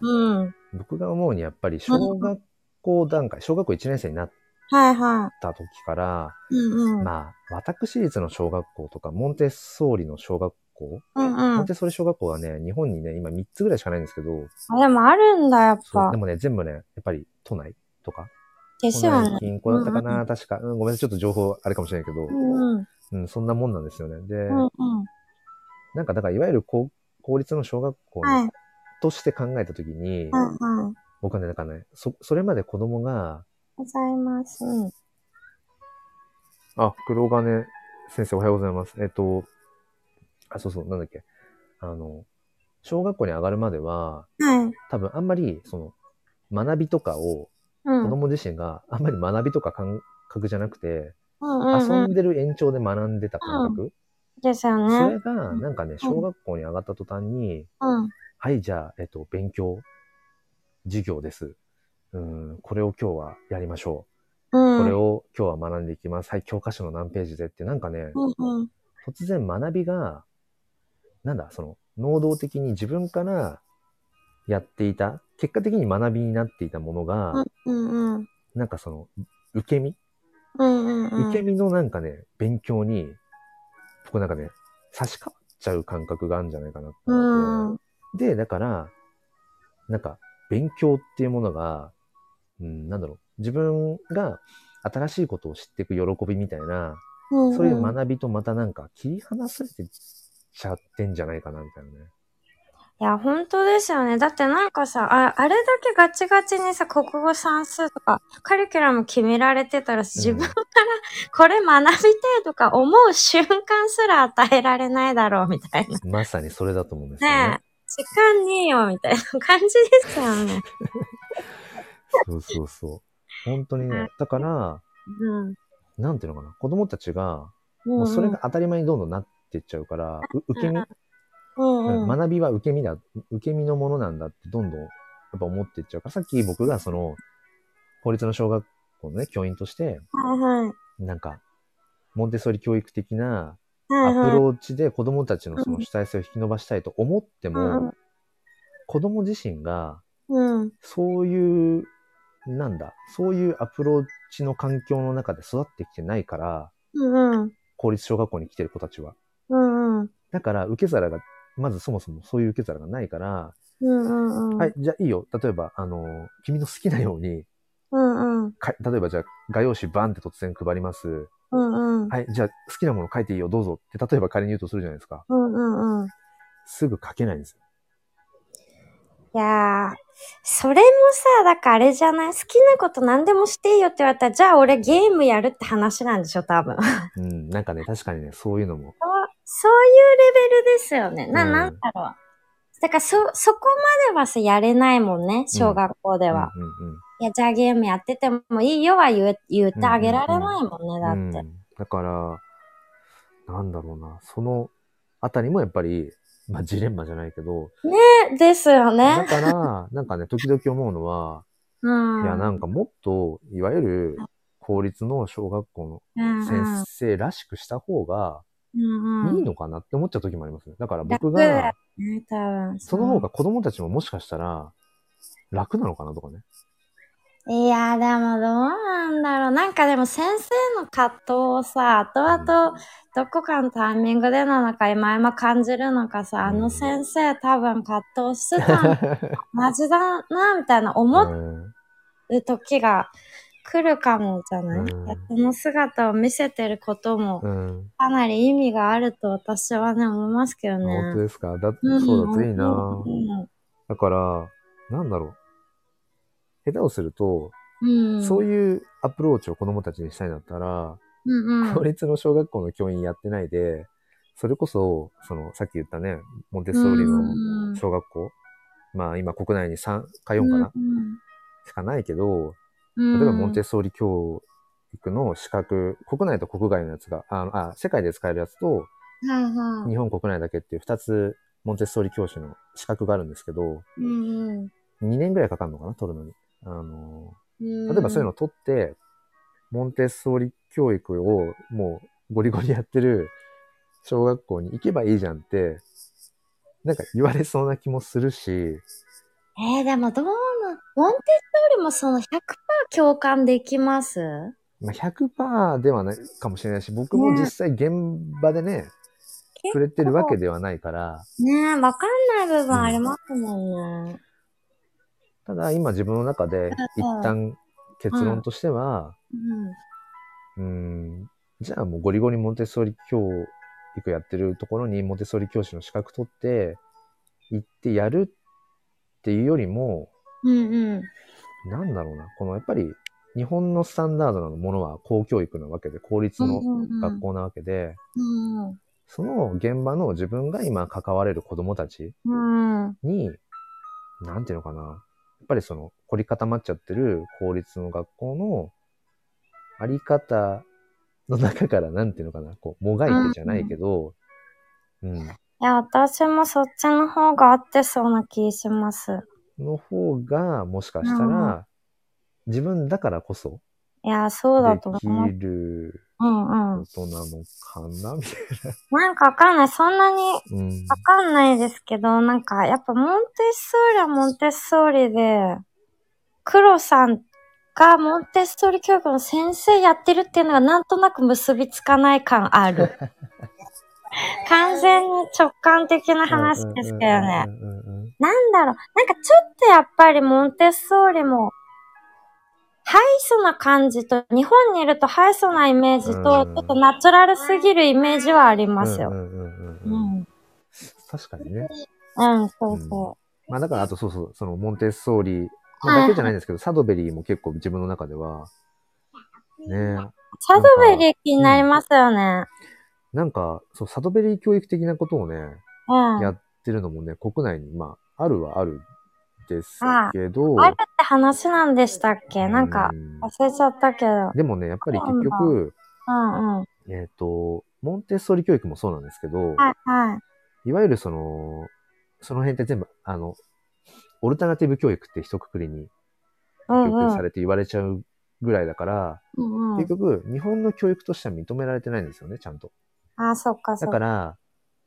Speaker 2: うん。はい
Speaker 1: 僕が思うにやっぱり小学校段階、小学校1年生になっ
Speaker 2: は
Speaker 1: た時から、
Speaker 2: い。うんうん。
Speaker 1: まあ、私立の小学校とか、モンテッソーリの小学校、
Speaker 2: うんう
Speaker 1: モ
Speaker 2: ん
Speaker 1: ンテ。ッソーリ小学校はね、日本にね、今3つぐらいしかないんですけど、
Speaker 2: あでもあるんだ、やっ
Speaker 1: そう
Speaker 2: ぱ
Speaker 1: で。もね、全部ね、やっぱり都内とか、
Speaker 2: ですよね。
Speaker 1: 近郊だったかな、確か、うん。ごめんなさい、ちょっと情報あれかもしれないけど
Speaker 2: う、んうん。
Speaker 1: うん、そんなもんなんですよね。で、
Speaker 2: うんうん。
Speaker 1: なんか、だから、いわゆる公公立の小学校
Speaker 2: はい。
Speaker 1: として考えたときに、
Speaker 2: うんうん。
Speaker 1: 僕はね、なんかね、そ、それまで子供が、
Speaker 2: ございます。うん。
Speaker 1: あ、黒金先生おはようございます。えっと、あ、そうそう、なんだっけ。あの、小学校に上がるまでは、
Speaker 2: はい。
Speaker 1: 多分あんまり、その、学びとかを、
Speaker 2: う
Speaker 1: 子
Speaker 2: ん。
Speaker 1: 供自身があんまり学びとか感覚じゃなくて、
Speaker 2: うんうん
Speaker 1: 遊
Speaker 2: うんん。
Speaker 1: でる延長で学んでた感覚、
Speaker 2: ですよ
Speaker 1: そ
Speaker 2: ね。
Speaker 1: れが、なんかね、小学校に上がった途端に、
Speaker 2: うん。
Speaker 1: はい、じゃあ、えっと、勉強、授業です。うん、これを今日はやりましょう。
Speaker 2: う
Speaker 1: これ
Speaker 2: ん。
Speaker 1: を今日は学んでいきます。はい、教科書の何ページでって、なんかね、
Speaker 2: うんうん。
Speaker 1: 突然学びが、なんだ、その、能動的に自分からやっていた、結果的に学びになっていたものが、
Speaker 2: うんうん。
Speaker 1: なんかその、受け身、
Speaker 2: うんうんうん。
Speaker 1: 受け身のなんかね、勉強に、僕なんかね、差し替わっちゃう感覚があるんじゃないかなって
Speaker 2: う
Speaker 1: 思
Speaker 2: ん。
Speaker 1: って。で、だから、なんか、勉強っていうものが、うん、なんだろう、自分が新しいことを知っていく喜びみたいな、
Speaker 2: うん。
Speaker 1: そういう学びとまたなんか切り離されてちゃってんじゃないかなみたいなね。
Speaker 2: いや、本当ですよね。だってなんかさ、ああれだけガチガチにさ、国語算数とか、カリキュラム決められてたらさ、 自分
Speaker 1: うん
Speaker 2: これ学びてえとか思う瞬間すら与えられないだろう、みたいな。
Speaker 1: まさにそれだと思うんですよね。
Speaker 2: ねえ。時間によ、みたいな感じですよね。
Speaker 1: そうそうそう。本当にね。だから、
Speaker 2: うん。
Speaker 1: なんていうのかな。子供たちが、
Speaker 2: も
Speaker 1: もうそれが当たり前にどんどんなってっちゃうから、う受け身、
Speaker 2: うんうん、
Speaker 1: 学びは受け身だ、受け身のものなんだってどんどんやっぱ思ってっちゃうから、さっき僕がその、公立の小学校のね、教員として、
Speaker 2: はいはい。
Speaker 1: なんか、モンテソリ教育的な
Speaker 2: は
Speaker 1: ア
Speaker 2: いはい
Speaker 1: プローチで子供たちのその主体性を引き伸ばしたいと思って
Speaker 2: うんうん
Speaker 1: も、子供自身が
Speaker 2: うん。
Speaker 1: そういう、なんだ、そういうアプローチの環境の中で育ってきてないから、
Speaker 2: うんうん。
Speaker 1: 公立小学校に来てる子たちは。
Speaker 2: うんうん。
Speaker 1: だから、受け皿が、まずそもそもそういう受け皿がないから、
Speaker 2: うんうんうん。
Speaker 1: はい、。じゃあいいよ。例えば、あの、君の好きなように、
Speaker 2: うんうん。
Speaker 1: か例えばじゃあ画用紙バンって突然配ります。
Speaker 2: うんうん。
Speaker 1: はい、じゃあ好きなもの書いていいよ、どうぞって、例えば仮に言うとするじゃないですか。
Speaker 2: うんうんうん。い
Speaker 1: すぐ書けないんですよ。
Speaker 2: やー、それもさ、だからあれじゃない好きなこと何でもしていいよって言われたら、じゃあ俺ゲームやるって話なんでしょ、多分。
Speaker 1: うん、なんかね、確かにね、そういうのも。
Speaker 2: そういうレベルですよね。な、
Speaker 1: うん
Speaker 2: なんだろう。だからそ、そこまではさ、やれないもんね、小学校では。
Speaker 1: うんうん
Speaker 2: いや、じゃあゲームやっててもいいよは言え言ってあげられないもんね、だ
Speaker 1: うん、
Speaker 2: って。
Speaker 1: うんだから、なんだろうな、そのあたりもやっぱり、まあジレンマじゃないけど、
Speaker 2: えですよ
Speaker 1: だ
Speaker 2: ね。
Speaker 1: から、なんかね、時々思うのは、
Speaker 2: うん。
Speaker 1: いや、なんかもっと、いわゆる公立の小学校
Speaker 2: うんう
Speaker 1: の
Speaker 2: ん
Speaker 1: 先生らしくした方が、
Speaker 2: うんうん
Speaker 1: いいのかなって思っちゃう時もありますね。だから僕
Speaker 2: 楽だよ
Speaker 1: が、
Speaker 2: ね、多分。
Speaker 1: その方が子供たちももしかしたら、楽なのかなとかね。
Speaker 2: いやーでもどうなんだろう。なんかでも先生の葛藤をさ、後々どこかのタイミングでなのか今今感じるのかさ、あの先生多分葛藤して たんマジだな、みたいな思う時が来るかもじゃない、
Speaker 1: うん
Speaker 2: その姿を見せてることも
Speaker 1: うん。うん。
Speaker 2: かなり意味があると私はね、思いますけど
Speaker 1: あ本当
Speaker 2: ね。
Speaker 1: ですかだ
Speaker 2: ん
Speaker 1: そうだといいな、
Speaker 2: うん
Speaker 1: だから、なんだろう。下手をすると、
Speaker 2: うん。
Speaker 1: そう
Speaker 2: いう。
Speaker 1: いうアプローチを子供たちにしたいんだったら、
Speaker 2: うんうん
Speaker 1: 公立の小学校の教員やってないで、それこそ、その、さっき言ったね、モンテッソーリの
Speaker 2: うん
Speaker 1: 小学校、まあ今国内に3か4かな、しかないけど、
Speaker 2: うん
Speaker 1: 例えばモンテッソーリ教育の資格、国内と国外のやつが、ああ、世界で使えるやつと、
Speaker 2: はいはい。
Speaker 1: 日本国内だけっていう2つ、モンテッソーリ教師の資格があるんですけど、
Speaker 2: うん
Speaker 1: 2年ぐらいかかるのかな、取るのに。あの
Speaker 2: うん、
Speaker 1: ー例えばそういうの
Speaker 2: の。
Speaker 1: を取って、モンテッソーリ教育をもうゴリゴリやってる小学校に行けばいいじゃんって、なんか言われそうな気もするし、
Speaker 2: えー、でもどうなん、モンテッソーリもその100%共感できます
Speaker 1: まあ、100%ではないかもしれないし、僕も実際現場でね、触れてるわけではないから、
Speaker 2: ねえ、わかんない部分ありますもんね。
Speaker 1: ただ今自分の中で一旦結論としては、
Speaker 2: うん。
Speaker 1: うーん、じゃあもうゴリゴリモンテッソーリ教育やってるところにモンテッソーリ教師の資格取って行ってやるっていうよりも、
Speaker 2: うんうん。
Speaker 1: なんだろうな、このやっぱり日本のスタンダードなものは公教育なわけで、公立の学校なわけで、
Speaker 2: うん
Speaker 1: その現場の自分が今関われる子供たち
Speaker 2: うん。うん。
Speaker 1: に、なんていうのかな。やっぱりその、凝り固まっちゃってる公立の学校の、あり方の中から、なんていうのかな。こう、もがいてじゃないけど、うん。
Speaker 2: いや、私もそっちの方が合ってそうな気します。
Speaker 1: の方が、もしかしたら、自分だからこそ、
Speaker 2: いや、そうだ
Speaker 1: で
Speaker 2: と
Speaker 1: き
Speaker 2: 思う。
Speaker 1: る
Speaker 2: うんう
Speaker 1: こと
Speaker 2: ん。
Speaker 1: なのかな、みたい
Speaker 2: なんかわかんない。そんなに
Speaker 1: な。うん。
Speaker 2: わかんないですけど、なんか、やっぱモンテッソーリはモンテッソーリで、黒さんがモンテッソーリ教育の先生やってるっていうのがなんとなく結びつかない感 ある。完全に直感的な話ですけどね。
Speaker 1: うんうんうんうん
Speaker 2: なんだろう、なんかちょっとやっぱりモンテッソーリも、ハイソな感じと、日本にいるとハイソなイメージと、
Speaker 1: うん
Speaker 2: ちょっとナチュラルすぎるイメージはあります
Speaker 1: う
Speaker 2: よ。
Speaker 1: んうんうん
Speaker 2: う
Speaker 1: うんうん。
Speaker 2: ん。
Speaker 1: 確かにね。
Speaker 2: うん、そうそ
Speaker 1: まあだから、あとそうそう、そのモンテッソーリ、まあ、だけじゃないんですけど、サドベリーも結構自分の中では、ね
Speaker 2: う。サドベリー気になりますよね。
Speaker 1: なんか、そう、サドベリー教育的なことをね、
Speaker 2: うん。
Speaker 1: や
Speaker 2: あ
Speaker 1: ってるのもね、国内に、まあ、あるはあるですけど、
Speaker 2: れって話なんでしたっけなんか
Speaker 1: う、ん
Speaker 2: 忘れちゃったけど。
Speaker 1: でもね、やっぱり結局、
Speaker 2: うんうん。はい
Speaker 1: えっ、と、モンテッソーリ教育もそうなんですけど、
Speaker 2: はい。
Speaker 1: いわゆるその、その辺って全部、あの、オルタナティブ教育って一括りに、
Speaker 2: うんう
Speaker 1: 教育
Speaker 2: ん
Speaker 1: さ。れて言われちゃうぐらいだから、
Speaker 2: うんうん
Speaker 1: 結、局、日本の教育としては認められてないんですよね、ちゃんと。
Speaker 2: あ、そっかそ
Speaker 1: だ
Speaker 2: っ
Speaker 1: か
Speaker 2: か。
Speaker 1: ら、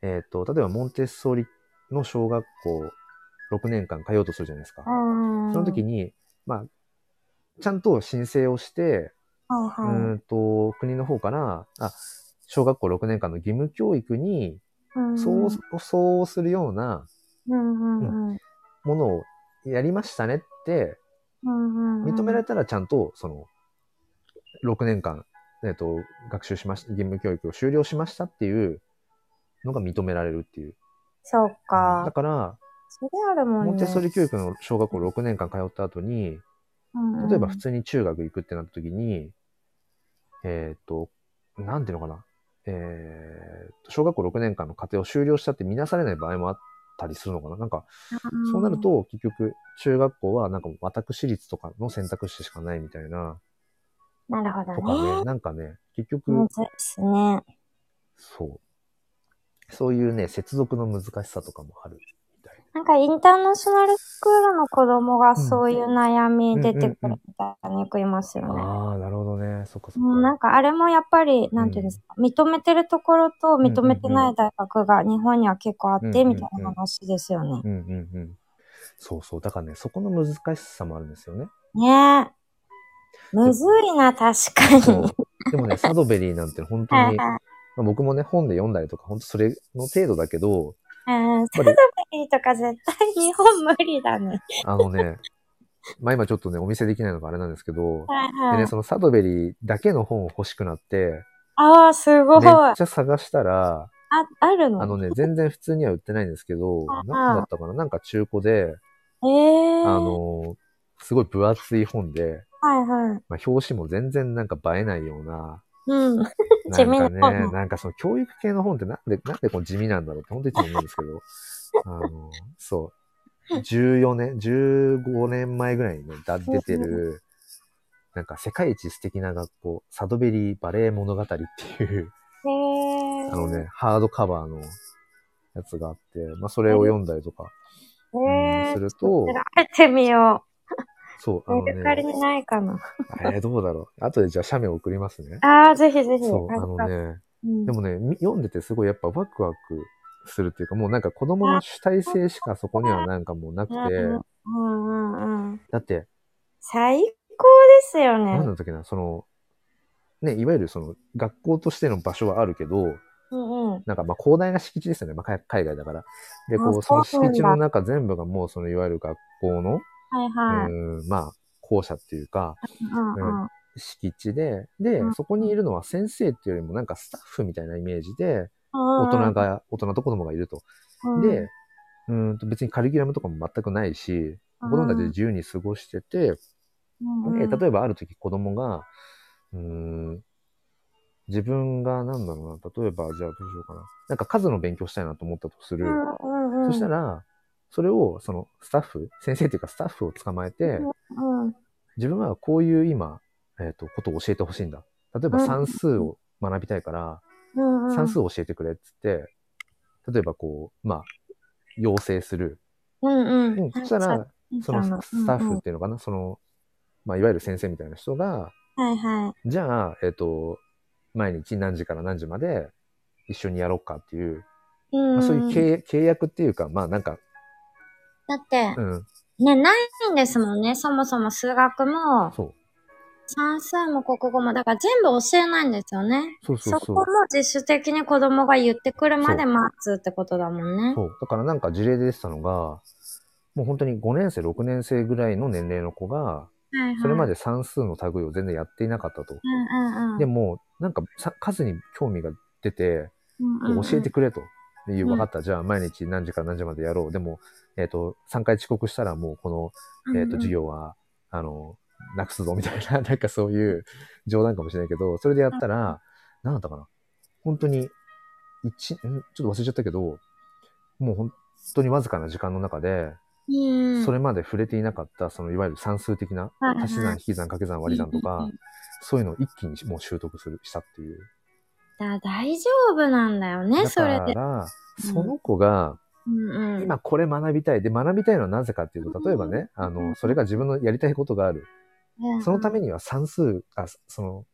Speaker 1: えっ、と、例えばモンテッソーリの小学校6年間通うとするじゃないですか。
Speaker 2: うん。
Speaker 1: その時に、まあ、ちゃんと申請をして、
Speaker 2: は
Speaker 1: う
Speaker 2: いは
Speaker 1: ーんと、国の方から、あ、小学校6年間の義務教育に、
Speaker 2: い。うん
Speaker 1: そう、そうするような
Speaker 2: うんうんうん。
Speaker 1: ものをやりましたねって、認
Speaker 2: 認
Speaker 1: められたらちゃんと、その、6年間、えっ、と、学習しました、義務教育を終了しましたっていうのが認められるっていう。
Speaker 2: そう
Speaker 1: だ
Speaker 2: か。
Speaker 1: から、
Speaker 2: それあるもんね。
Speaker 1: モンテッソーリ教育の小学校6年間通った後に、
Speaker 2: うんうん
Speaker 1: 例えば普通に中学行くってなった時に、えっ、と、なんていうのかな。えーと、小学校6年間の課程を終了したって見なされない場合もあったりするのかな。なんか、そうなる、と、結局、中学校はなんか私立とかの選択肢しかないみたいな。
Speaker 2: なるほど
Speaker 1: とか
Speaker 2: ね。
Speaker 1: ね、なんかね、結
Speaker 2: む
Speaker 1: 局、
Speaker 2: ずいっすね。
Speaker 1: そう。そういうね、接続の難しさとかもあるみたい
Speaker 2: なんかインターナショナルスクールの子供がそういう悩み出てくるみたいによくいますよ
Speaker 1: な。
Speaker 2: ね。
Speaker 1: ああ、なるほどね。そっかそっ
Speaker 2: もうなん
Speaker 1: か。
Speaker 2: かあれもやっぱり、なんていうんですか、認めてるところと認めてない大学が日本には結構あって、みたいな話ですよね。
Speaker 1: うんうんうん。そうそう。だからね、そこの難しさもあるんですよ ね。
Speaker 2: ねえ。むずいな、確かに。
Speaker 1: そうでもね、サドベリーなんて本当
Speaker 2: は
Speaker 1: に、
Speaker 2: い
Speaker 1: ま
Speaker 2: はい
Speaker 1: あ僕もね、本で読んだりとか、本当それの程度だけど、
Speaker 2: うんサ
Speaker 1: ぱ
Speaker 2: ド
Speaker 1: り
Speaker 2: ベリーとか絶対日本無理だ ね。
Speaker 1: あのね、まあ今ちょっとね、お見せできないのがあれなんですけど、
Speaker 2: はい
Speaker 1: で
Speaker 2: は
Speaker 1: ね、
Speaker 2: い。
Speaker 1: そのサドベリーだけの本を欲しくなって、
Speaker 2: ああ、す
Speaker 1: め
Speaker 2: ご
Speaker 1: っ
Speaker 2: い。あ、
Speaker 1: ちゃ探したら、
Speaker 2: あるの
Speaker 1: あのね、全然普通には売ってないんですけど
Speaker 2: あ、
Speaker 1: なんだったかななんか中古で、
Speaker 2: え
Speaker 1: あ
Speaker 2: えー。
Speaker 1: の、すごい分厚い本で、
Speaker 2: はいはい。
Speaker 1: まあ、表紙も全然なんか映えないような、
Speaker 2: うん。
Speaker 1: な
Speaker 2: 地味なん
Speaker 1: か
Speaker 2: 本
Speaker 1: ね、なんかその教育系の本ってなんで、なんでこう地味なんだろうって本当にいつも思うんですけ ど、あの、そう、14年、15年前ぐらいにね、だ出てる、なんか世界一素敵な学校、サドベリーバレー物語っていう、
Speaker 2: ええー。
Speaker 1: あのね、ハードカバーのやつがあって、まあそれを読んだりとか、
Speaker 2: え
Speaker 1: うん
Speaker 2: え
Speaker 1: す
Speaker 2: ー。
Speaker 1: ると、
Speaker 2: 調べてみよ
Speaker 1: そう、
Speaker 2: う。
Speaker 1: あの
Speaker 2: メルカリ
Speaker 1: ね、
Speaker 2: にないかな。
Speaker 1: えーどうだろう。後でじゃあ写メ送りますね。
Speaker 2: ああ、ぜひぜひ。
Speaker 1: そう、あの
Speaker 2: なんか
Speaker 1: ね、
Speaker 2: うん
Speaker 1: でもね、み読んでてすごいやっぱワクワクするっていうか、もうなんか子供の主体性しかそこにはなんかもうなくて、
Speaker 2: うんうんうん。
Speaker 1: だって、
Speaker 2: 最高ですよ
Speaker 1: なん
Speaker 2: ね。
Speaker 1: だったっけな、その、ね、いわゆるその学校としての場所はあるけど、
Speaker 2: うんうん。
Speaker 1: なんかまあ広大な敷地ですよね、まあ海海外だから。で、こ
Speaker 2: あ
Speaker 1: う、その
Speaker 2: そうなん
Speaker 1: 敷
Speaker 2: だ
Speaker 1: 地の中全部がもうそのいわゆる学校の、
Speaker 2: はいうはい。
Speaker 1: ん、まあ、校舎っていうか、
Speaker 2: うんうんうん。
Speaker 1: 敷地で、で
Speaker 2: うん、
Speaker 1: そこにいるのは先生っていうよりもなんかスタッフみたいなイメージで、
Speaker 2: 大
Speaker 1: 大人が、大人と子供がいると。で、うーんと別にカリキュラムとかも全くないし、子供たちで自由に過ごしてて、
Speaker 2: うん、
Speaker 1: で
Speaker 2: うん
Speaker 1: 例えばある時子供が、うーん、自分がなんだろうな、例えばじゃあどうしようかな。なんか数の勉強したいなと思ったとする。
Speaker 2: うんうんう
Speaker 1: そ
Speaker 2: ん、
Speaker 1: したら、それをそのスタッフ、先生というかスタッフを捕まえて、
Speaker 2: うん、
Speaker 1: 自分はこういう今、えっ、と、ことを教えてほしいんだ。例えば算数を学びたいから、
Speaker 2: うんうん、
Speaker 1: 算数を教えてくれっつって、例えばこう、まあ、要請する。
Speaker 2: うんうん、
Speaker 1: うん、そしたら、そのススタッフっていうのかな、その、まあ、いわゆる先生みたいな人が、
Speaker 2: はいは
Speaker 1: じゃあ、えっ、と、毎日何時から何時まで一緒にやろうかっていう、
Speaker 2: い。うん
Speaker 1: まあ、そういう契契約っていうか、まあなんか、
Speaker 2: だって
Speaker 1: う、ん、
Speaker 2: ね、ないんですもんね。そもそも数学も、
Speaker 1: そう、
Speaker 2: 算数も国語も、だから全部教えないんですよね。
Speaker 1: そう
Speaker 2: そ
Speaker 1: そうそう
Speaker 2: こも。自主的に子供が言ってくるまで待つってことだもんね。
Speaker 1: そう。だからなんか事例で出てたのが、もう本当に5年生、6年生ぐらいの年齢の子が、
Speaker 2: はいはい
Speaker 1: それまで算数の類を全然やっていなかったと。
Speaker 2: うんうんうん、
Speaker 1: でも、なんかさ数に興味が出て、
Speaker 2: うんうんうん、
Speaker 1: 教えてくれと。いう
Speaker 2: うん
Speaker 1: 分かった。じゃあ、毎日何時から何時までやろう。でも、えっ、と、3回遅刻したらもうこの、えっ、と、授
Speaker 2: 業。
Speaker 1: 業は、あの、なくすぞ、みたいな、 なんかそういう冗談かもしれないけど、それでやったら、なんだったかな。本当に、一、んちょっと忘れちゃったけど、もう本当にわずかな時間の中で、
Speaker 2: うん、
Speaker 1: それまで触れていなかった、その、いわゆる算数的な、
Speaker 2: はいはい
Speaker 1: 足し算、引き算、掛け算、割り算と
Speaker 2: うんうん
Speaker 1: か
Speaker 2: うん、
Speaker 1: そういうのを一気にもう習得する、したっていう。
Speaker 2: だ大丈夫なんだよね、
Speaker 1: だ
Speaker 2: そ
Speaker 1: か
Speaker 2: れで。
Speaker 1: ら、
Speaker 2: うん
Speaker 1: その子が、
Speaker 2: うんうん、
Speaker 1: 今これ学びたい。で、学びたいのはなぜかっていうと、例えばね、あ
Speaker 2: うん
Speaker 1: の、それが自分のやりたいことがある。
Speaker 2: うん
Speaker 1: そのためには算数、あ、その、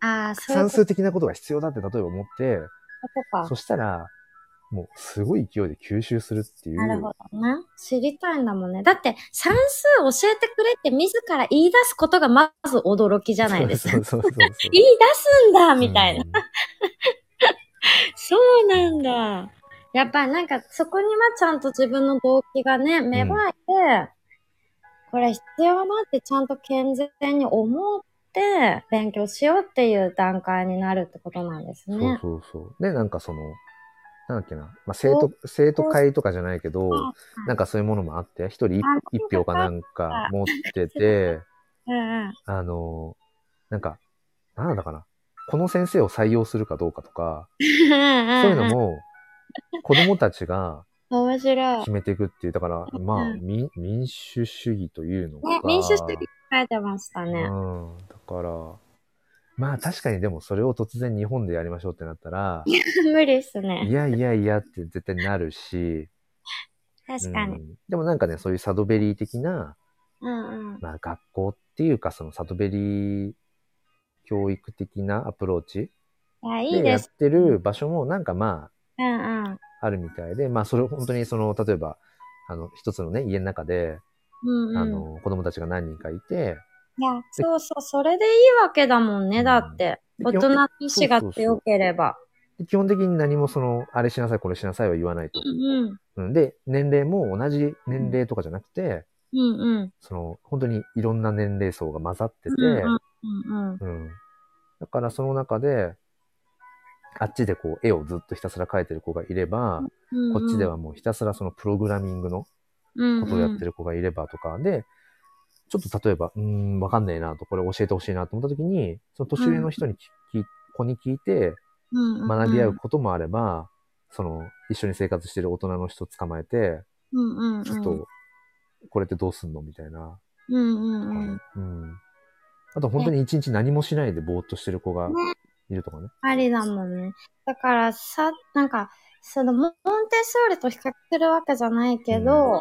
Speaker 2: ああ、そうい
Speaker 1: 算
Speaker 2: うこと
Speaker 1: 数的なことが必要だって例えば思って、
Speaker 2: か
Speaker 1: そ。したら、もうすごい勢いで吸収するってい
Speaker 2: なるほ
Speaker 1: う。
Speaker 2: どな。知りたいんだもんね。だって、算数教えてくれって自ら言い出すことがまず驚きじゃないですか。
Speaker 1: そうそうそうそうそう。
Speaker 2: 言 い出すんだみたいな。
Speaker 1: うん。
Speaker 2: そうなんだ。やっぱりなんか、そこにはちゃんと自分の動機がね、芽生えて、これ必要だってちゃんと健全に思って、勉強しようっていう段階になるってことなんですね。
Speaker 1: そうそうそう。で、なんかその、なんだっけな、まあ、生徒、生徒会とかじゃないけど
Speaker 2: うん、
Speaker 1: なんかそういうものもあって、一人一
Speaker 2: あ
Speaker 1: 一票かなんか持ってて、
Speaker 2: うんうん。
Speaker 1: あの、なんか、なんだかな。この先生を採用するかどうかとか、そういうのも、子供たちが
Speaker 2: も。面白い
Speaker 1: 決。めていくっていう、だから、まあ、
Speaker 2: うん
Speaker 1: 民民主主義というのか。
Speaker 2: ね、民主主義って書いてましたね。
Speaker 1: うん。だから、まあ確かにでもそれを突然日本でやりましょうってなったら、
Speaker 2: 無理っす
Speaker 1: い
Speaker 2: ね。
Speaker 1: やいやいやって絶対なるし、
Speaker 2: 確かに。
Speaker 1: うんでもなんかね、そういうサドベリー的な、
Speaker 2: うんうん。
Speaker 1: まあ学校っていうか、そのサドベリー教育的なアプローチ
Speaker 2: いや、いい
Speaker 1: でや
Speaker 2: で
Speaker 1: っ
Speaker 2: す。
Speaker 1: てる場所もなんかま
Speaker 2: うんうん。
Speaker 1: ああるみたいで、まあそれ本当にその例えばあの、一つのね、家の中で、
Speaker 2: うん
Speaker 1: あ
Speaker 2: うん。
Speaker 1: の、子供たちが何人かいて、
Speaker 2: いや、そうそう、それでいいわけだもんね、だって。
Speaker 1: で
Speaker 2: 大
Speaker 1: 基本
Speaker 2: 人同士が強ければ。
Speaker 1: で基本的に何もその、あれしなさい、これしなさいは言わないと。
Speaker 2: うん
Speaker 1: うん、で、年齢も同じ年齢とかじゃなくて、
Speaker 2: うん。うんうん。
Speaker 1: その、本当にいろんな年齢層が混ざってて、
Speaker 2: うんうんうん。
Speaker 1: うん。だからその中で、あっちでこう絵をずっとひたすら描いてる子がいれば、
Speaker 2: うん
Speaker 1: こっちではもうひたすらそのプログラミングの
Speaker 2: こ
Speaker 1: ことをやって
Speaker 2: る。
Speaker 1: る子がいればとかで、ちょっと例えば、うーん、わかんねえなと、これ教えてほしいなと思った時に、その年上の人に聞き、子に聞いて学び合うこともあれば、その一緒に生活してる大人の人捕まえて、
Speaker 2: うん。
Speaker 1: ちょっと、これってどうすんのみたいな。
Speaker 2: うんうんうん。
Speaker 1: うん。あと本当に一日何もしないでぼーっとしてる子がいるとかね。
Speaker 2: ありだもんね。だからさ、なんか、そのモンテッソーリと比較するわけじゃないけど、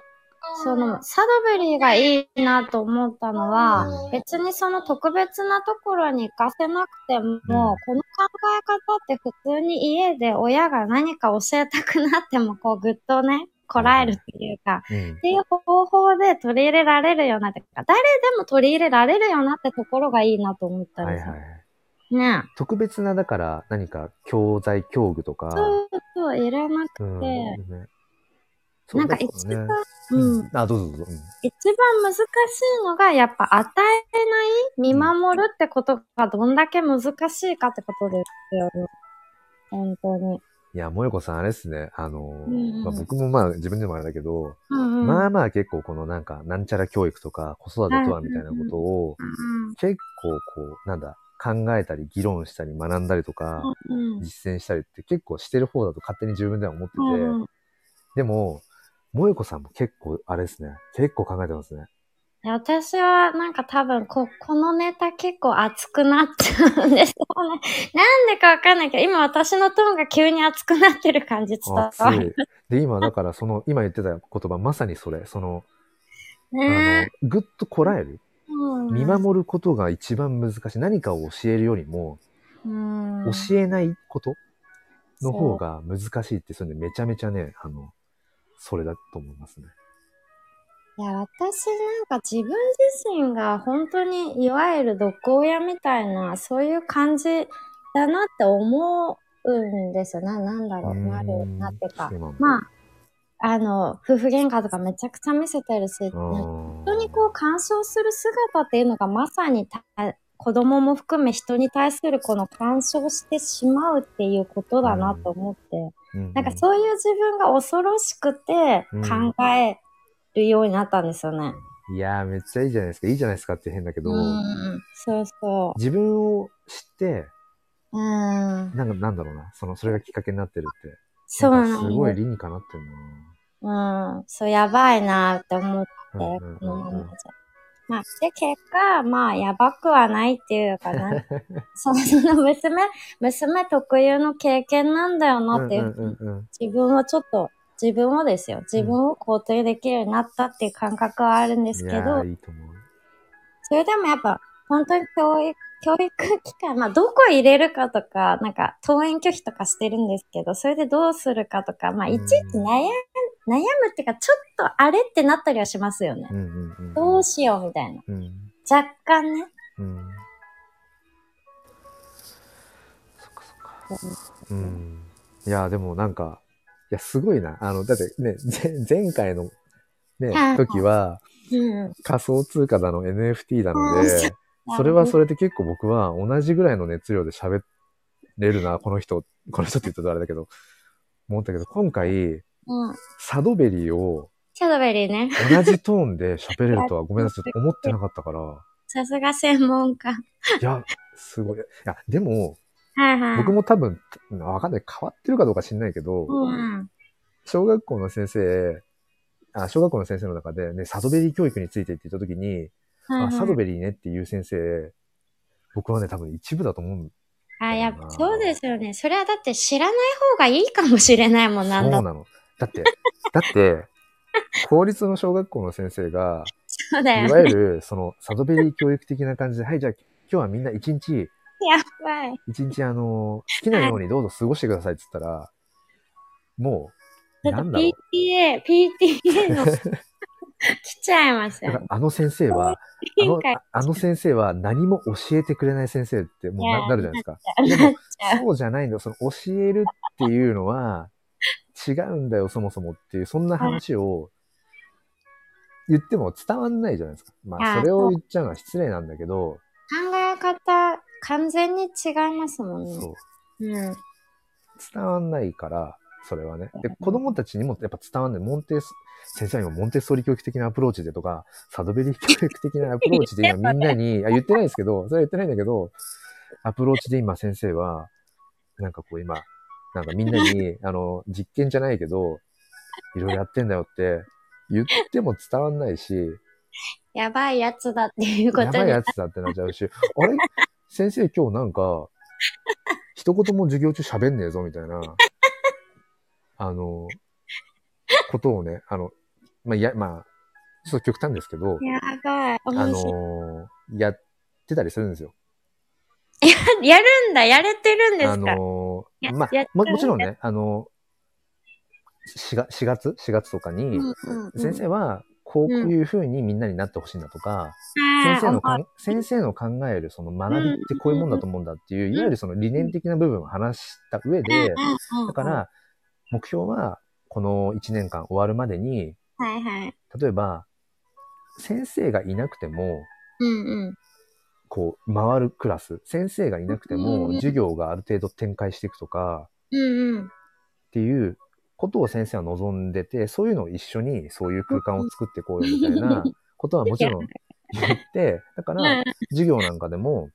Speaker 2: そのサドベリーがいいなと思ったのは、
Speaker 1: うん
Speaker 2: 別にその特別なところに行かせなくても、この考え方って普通に家で親が何か教えたくなっても、こうぐっとね、こらえるっていうか、
Speaker 1: うん
Speaker 2: っ。ていう方法で取り入れられるようなってか、誰でも取り入れられるようなってところがいいなと思った
Speaker 1: はい
Speaker 2: んで
Speaker 1: は
Speaker 2: す
Speaker 1: い
Speaker 2: よ。
Speaker 1: はい。
Speaker 2: ね
Speaker 1: 特別な、だから何か教材、教具とか。
Speaker 2: そうそう、いらなくて、
Speaker 1: うんね
Speaker 2: なんか
Speaker 1: そう
Speaker 2: 一
Speaker 1: だよ
Speaker 2: 番
Speaker 1: ね、
Speaker 2: うん、
Speaker 1: あ、どうぞどうぞ。うん
Speaker 2: 一番難しいのが、やっぱ与えない、見守るってことがどんだけ難しいかってことですよね。本当に。
Speaker 1: いや、もよこさん、あれですね。あの、
Speaker 2: んうん
Speaker 1: まあ、僕もまあ自分でもあれだけど、
Speaker 2: うんうん。
Speaker 1: まあまあ結構このなんか、なんちゃら教育とか子育てとはみたいなことを、結構こう、なんだ、考えたり議論したり学んだりとか、
Speaker 2: うんうん。
Speaker 1: 実践したりって結構してる方だと勝手に自分では思ってて、
Speaker 2: うんうん、
Speaker 1: でも、もよこさんも結構あれですね。結構考えてますね。
Speaker 2: いや私はなんか多分こ、このネタ結構熱くなっちゃうんですよね。 なんでかわかんないけど、今私のトーンが急に熱くなってる感じ伝わ
Speaker 1: 熱
Speaker 2: る。
Speaker 1: い。で、今だからその、今言ってた言葉、まさにそれ、その、あの
Speaker 2: ね、
Speaker 1: ぐっとこらえる。
Speaker 2: うん
Speaker 1: 見守ることが一番難しい。何かを教えるよりも、
Speaker 2: うん
Speaker 1: 教えないことの方が難しいって、それでめちゃめちゃね、あの、それだと思いますね。
Speaker 2: いや、私なんか自分自身が本当にいわゆる毒親みたいな、そういう感じだなって思うんですよ。な、なんだろう、なる、なってか
Speaker 1: そ。うなんだ
Speaker 2: まあ、あの、夫婦喧嘩とかめちゃくちゃ見せてるし、
Speaker 1: うん
Speaker 2: 本当にこう干渉する姿っていうのがまさにた子供も含め人に対するこの干渉してしまうっていうことだなと思って。
Speaker 1: うん
Speaker 2: なんかそういう自分が恐ろしくて
Speaker 1: うん
Speaker 2: 考えるようになったんですよね。
Speaker 1: いやー、めっちゃいいじゃないですか。いいじゃないですかって変だけど、
Speaker 2: うん。そうそ
Speaker 1: 自分を知って、
Speaker 2: う。うん。
Speaker 1: なんかなんだろうな、その、それがきっかけになってるって。
Speaker 2: そう
Speaker 1: な
Speaker 2: なんん
Speaker 1: か
Speaker 2: です
Speaker 1: ごい理にかなってる
Speaker 2: うん。そう、やばいなって思って、
Speaker 1: な
Speaker 2: こ
Speaker 1: うんうん
Speaker 2: の
Speaker 1: うんうん
Speaker 2: 話。まあ、で、結果、まあ、やばくはないっていう かな。その娘、娘特有の経験なんだよなっていう。
Speaker 1: うんうんうんうん
Speaker 2: 自分をちょっと、自分をですよ。自分を肯定できるようになったっていう感覚はあるんです
Speaker 1: い
Speaker 2: けど、
Speaker 1: やーいいと思う。
Speaker 2: それでもやっぱ、本当に教育、教育機関、まあ、どこ入れるかとか、なんか、登園拒否とかしてるんですけど、それでどうするかとか、まあ、
Speaker 1: うん
Speaker 2: いちいち悩む、悩むっていうか、ちょっとあれってなったりはしますよね。
Speaker 1: うんうんうんうん。
Speaker 2: どうしようみたいな。
Speaker 1: うん。
Speaker 2: 若干ね。
Speaker 1: うん。そっかそっか。うん。いや、でもなんか、いや、すごいな。あの、だってね、ぜ前回のね
Speaker 2: は、い
Speaker 1: 時は
Speaker 2: うん。
Speaker 1: 仮想通貨だの NFT なの
Speaker 2: うんそ
Speaker 1: で、それはそれで結構僕は同じぐらいの熱量で喋れるな、この人、この人って言ったとあれだけど、思ったけど、今回、
Speaker 2: うん。
Speaker 1: サドベリーを
Speaker 2: シャドベリーね。
Speaker 1: 同じトーンで喋れるとは、ごめんなさい、ちょっと思ってなかったから、
Speaker 2: さすが専門家。
Speaker 1: いや、すごい。いや、でも、
Speaker 2: はいはい。
Speaker 1: 僕も多分、わかんない。変わってるかどうか知んないけど、
Speaker 2: うん。
Speaker 1: 小学校の先生、あ、小学校の先生の中でね、サドベリー教育についてって言った時に、
Speaker 2: はいはい
Speaker 1: あ、サドベリーねっていう先生、僕はね、多分一部だと思うん
Speaker 2: あ、やっぱそうですよね。それはだって知らない方がいいかもしれないもんなんだ
Speaker 1: そうなの。だって、 だって、公立の小学校の先生が、
Speaker 2: そうだよ
Speaker 1: い
Speaker 2: ね。
Speaker 1: わゆる、その、サドベリー教育的な感じで、はい、じゃあ、今日はみんな一日、
Speaker 2: やばい。
Speaker 1: 一日あの、好きなようにどうぞ過ごしてくださいって言ったら、もう、
Speaker 2: ちょっ
Speaker 1: な
Speaker 2: と
Speaker 1: んだろう
Speaker 2: PTA、PTA の、来ちゃいました
Speaker 1: だか
Speaker 2: よ
Speaker 1: ら。あの先生は、あ
Speaker 2: 委
Speaker 1: の
Speaker 2: 員会、
Speaker 1: あの先生は何も教えてくれない先生ってもう
Speaker 2: いや
Speaker 1: ななるじゃないですか。
Speaker 2: に
Speaker 1: で
Speaker 2: なっ
Speaker 1: も
Speaker 2: ちゃう。
Speaker 1: そうじゃないんだよ。その教えるっていうのは違うんだよ、そもそもっていう、そんな話を言っても伝わんないじゃないですか。ま
Speaker 2: いや
Speaker 1: あ、それを言っちゃうのは失礼なんだけど、
Speaker 2: 考え方、完全に違いますもんね。
Speaker 1: そう。
Speaker 2: うん。
Speaker 1: 伝わんないから、それはね。で、子供たちにもやっぱ伝わんない。モンテス、先生は今、モンテッソーリ教育的なアプローチでとか、サドベリー教育的なアプローチで今みんなに、あ、言ってないですけど、それは言ってないんだけど、アプローチで今先生は、なんかこう今、なんかみんなに、あの、実験じゃないけど、いろいろやってんだよって、言っても伝わんないし、
Speaker 2: やばいやつだっていうこ
Speaker 1: やば
Speaker 2: と
Speaker 1: い
Speaker 2: に。
Speaker 1: やつだってなっちゃうし、 あれ先生今日なんか、一言も授業中喋んねえぞみたいな、あの、ことをね、あの、まあ、いや、まあ、ちょっと極端ですけど、
Speaker 2: やばい。
Speaker 1: あ
Speaker 2: 面白い。
Speaker 1: の、やってたりするんですよ。
Speaker 2: やるんだ、やれてるんで
Speaker 1: あ
Speaker 2: すか。
Speaker 1: の
Speaker 2: や、
Speaker 1: まあ
Speaker 2: やっ、
Speaker 1: も
Speaker 2: てる
Speaker 1: もちろんね、あの、4月、4月 ?4 月とかに、先生は、こういう風にみんなになってほしいんだとか、先生のかん先生の考えるその学びってこういうもんだと思うんだっていう、いわゆるその理念的な部分を話した上で、だか、ら目標はこの1年間終わるまでに、
Speaker 2: はいはい。
Speaker 1: 例えば先生がいなくても、
Speaker 2: うんうん。
Speaker 1: こう回るクラス、先生がいなくて
Speaker 2: うんう
Speaker 1: も
Speaker 2: ん
Speaker 1: 授業がある程度展開していくとか
Speaker 2: うんうん。
Speaker 1: っていうことを先生は望んでて、そういうのを一緒にそういう空間を作っていこうよみたい なことはもちろん言って、だから、
Speaker 2: まあ
Speaker 1: 授業なんかでも、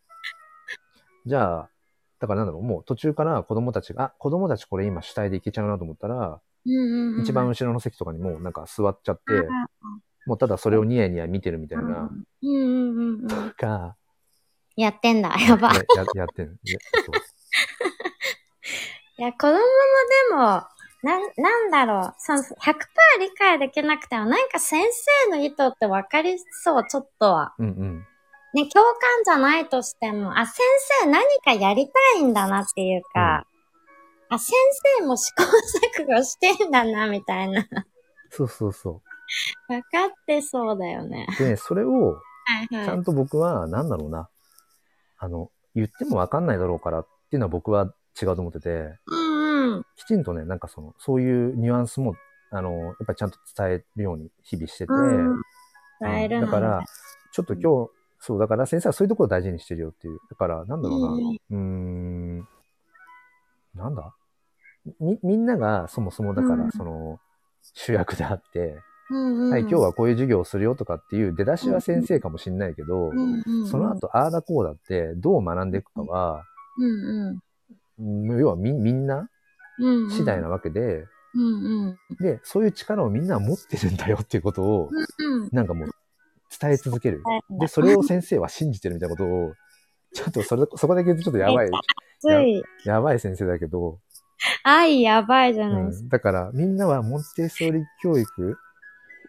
Speaker 1: じゃあ、だからなんだろう、もう途中から子供たちが、あ、子供たちこれ今主体でいけちゃうなと思ったら、
Speaker 2: うんうんうん
Speaker 1: 一番後ろの席とかにもうなんか座っちゃって、
Speaker 2: あ
Speaker 1: もうただそれをニヤニヤ見てるみたいな、
Speaker 2: うんうんうんうん。
Speaker 1: が、
Speaker 2: やってんだ、やば。い
Speaker 1: ねややってる。ね
Speaker 2: や、子供もでも、なん、なんだろう。その、100%理解できなくても、なんか先生の意図ってわかりそう、ちょっとは。
Speaker 1: そううんうん。
Speaker 2: ね、共感じゃないとしても、あ、先生何かやりたいんだなっていうか、あ、先生も試行錯誤してんだな、みたいな。
Speaker 1: そうそうそ
Speaker 2: わかってそうだよね。
Speaker 1: う。でね、それを、
Speaker 2: はい
Speaker 1: ちゃ
Speaker 2: はい。
Speaker 1: んと僕は、なんだろうな、あの、言ってもわかんないだろうからっていうのは僕は違うと思ってて、
Speaker 2: うんうん。
Speaker 1: きちんとね、なんかその、そういうニュアンスも、あの、やっぱりちゃんと伝えるように日々してて、
Speaker 2: うん伝える
Speaker 1: だ
Speaker 2: の
Speaker 1: から、ちょっと今日、そう、だから先生はそういうところを大事にしてるよっていう。だから、なんだろうな。
Speaker 2: うん
Speaker 1: うーん、なんだみ、みんながそもそもだか
Speaker 2: うん
Speaker 1: ら、その、主役であって、
Speaker 2: うんうん、
Speaker 1: はい、今日はこういう授業をするよとかっていう出だしは先生かもしんないけど、
Speaker 2: うんうんうん、
Speaker 1: その後、ああだこうだって、どう学んでいくかは、
Speaker 2: うんうん、
Speaker 1: うん要はみみんな
Speaker 2: うんうん、
Speaker 1: 次第なわけで、
Speaker 2: うんうん。
Speaker 1: で、そういう力をみんな持ってるんだよっていうことを、
Speaker 2: うんうん。
Speaker 1: なんかもう、伝え続ける。
Speaker 2: はい
Speaker 1: で、それを先生は信じてるみたいなことを、ちょっとそれ、そこだけちょっとやばい、
Speaker 2: つい、
Speaker 1: やばい先生だけど、
Speaker 2: 愛やばいじゃ
Speaker 1: う
Speaker 2: ないですか。
Speaker 1: ん、だからみんなはモンテッソーリ教育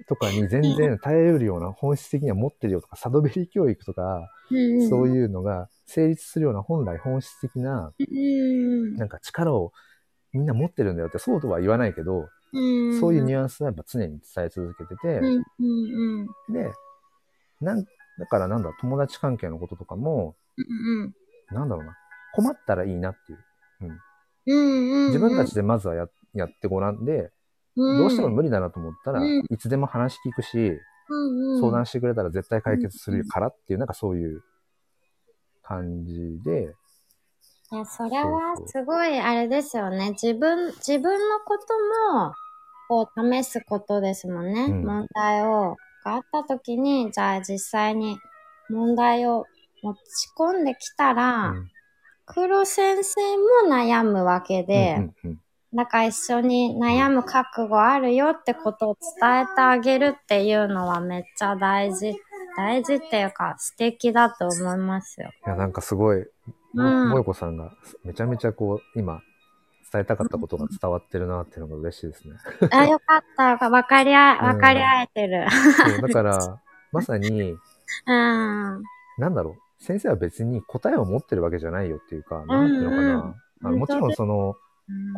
Speaker 1: とかに全然耐えうるような本質的には持ってるよとか、サドベリー教育とか、
Speaker 2: うんうん、
Speaker 1: そう
Speaker 2: う。
Speaker 1: いうのが成立するような本来本質的な、
Speaker 2: うん
Speaker 1: なんか力をみんな持ってるんだよって、そうとは言わないけど、
Speaker 2: うん、
Speaker 1: そういう
Speaker 2: ュ
Speaker 1: ニュアンスはやっぱ常に伝え続けてて、
Speaker 2: うんうんうん。
Speaker 1: で、なん、だからなんだ、友達関係のこととかも、
Speaker 2: うん
Speaker 1: なんだろうな、困ったらいいなっていう。
Speaker 2: うんうん。
Speaker 1: 自分たちでまずはややってごらんで、
Speaker 2: ど
Speaker 1: どうしても無理だなと思ったら、
Speaker 2: うん
Speaker 1: いつでも話聞くし、相談してくれたら絶対解決するからっていう、なんかそういう感じで、
Speaker 2: いや、それは
Speaker 1: そう
Speaker 2: すごいあれですよね。自分、自分のことも、こう、試すことですもんね。
Speaker 1: うん
Speaker 2: 問題を、があった時に、じゃあ実際に問題を持ち込んできたら、
Speaker 1: うん
Speaker 2: 黒先生も悩むわけで、
Speaker 1: うんうん
Speaker 2: だから一緒に悩む覚悟あるよってことを伝えてあげるっていうのはめっちゃ大事、大事っていうか素敵だと思いますよ。
Speaker 1: いや、なんかすごい、
Speaker 2: う
Speaker 1: も
Speaker 2: ん
Speaker 1: もよこさんがめちゃめちゃこう、今、伝えたかったことが伝わってるなっていうのが嬉しい ですね。
Speaker 2: あ、よかった。わかりあ、わかり合えてる。
Speaker 1: そうだから、まさに、
Speaker 2: うん。うん
Speaker 1: なんだろう、先生は別に答えを持ってるわけじゃないよっていうか、なんていうのかな。
Speaker 2: うん
Speaker 1: あのもちろんその、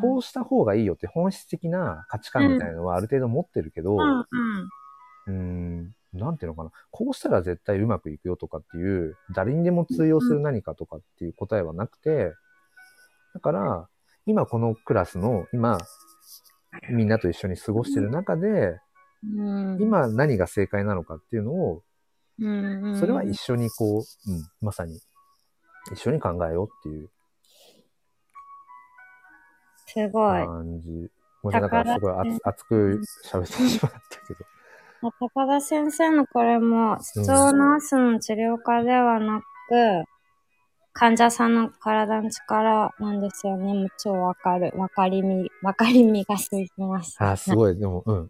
Speaker 1: こうした方がいいよって本質的な価値観みたいなのはある程度持ってるけど、
Speaker 2: うんうん。
Speaker 1: うーん、なんていうのかな。こうしたら絶対うまくいくよとかっていう、誰にでも通用する何かとかっていう答えはなくて、だから、今このクラスの、今、みんなと一緒に過ごしてる中で、
Speaker 2: うん。
Speaker 1: 今何が正解なのかっていうのを、
Speaker 2: うんうん、
Speaker 1: それは一緒にこう、うん、まさに、一緒に考えようっていう
Speaker 2: すごい。
Speaker 1: 感じ。もしだからすごい
Speaker 2: だからね
Speaker 1: 熱熱く喋ってしまったけど。
Speaker 2: 高田先生のこれも、室を治すの治療家ではなく、患者さんの体の力なんですよね。もう超わかる。わかりみ、わかりみがすぎます。
Speaker 1: あ、すごい。でも、うん。わ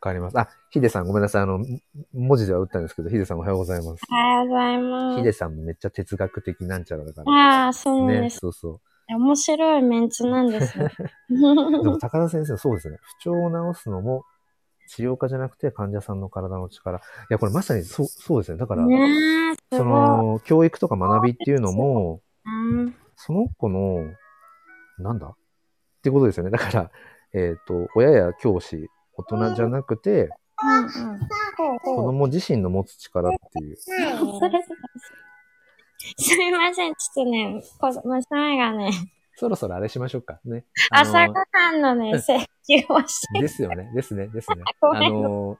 Speaker 1: かります。あ、ヒデさん、ごめんなさい。あの、も文字では打ったんですけど、ヒデさんおはようございます。
Speaker 2: おはようございま
Speaker 1: ヒ
Speaker 2: す。
Speaker 1: デさんもめっちゃ哲学的なんちゃらだから。
Speaker 2: ああ、そうなん
Speaker 1: ね、
Speaker 2: です。
Speaker 1: そうそ
Speaker 2: 面白いメンツなんですね。
Speaker 1: う。でも、高田先生、そうですね。不調を治すのも、治療家じゃなくて患者さんの体の力。いや、これまさにそう、そうですね。だから、
Speaker 2: ねえ、す
Speaker 1: そ
Speaker 2: ごい。
Speaker 1: の、教育とか学びっていうのも、
Speaker 2: うん
Speaker 1: その子の、なんだってことですよね。だから、えっ、と、親や教師、大人じゃなくて、
Speaker 2: うんうん。
Speaker 1: 子供自身の持つ力っていう。
Speaker 2: それすいません、ちょっとね、こ娘がね、
Speaker 1: そろそろあれしましょうか。ね。あの
Speaker 2: 朝ごはんのね、請求をして。
Speaker 1: ですよね。ですね。 ですね
Speaker 2: ごめん
Speaker 1: あの、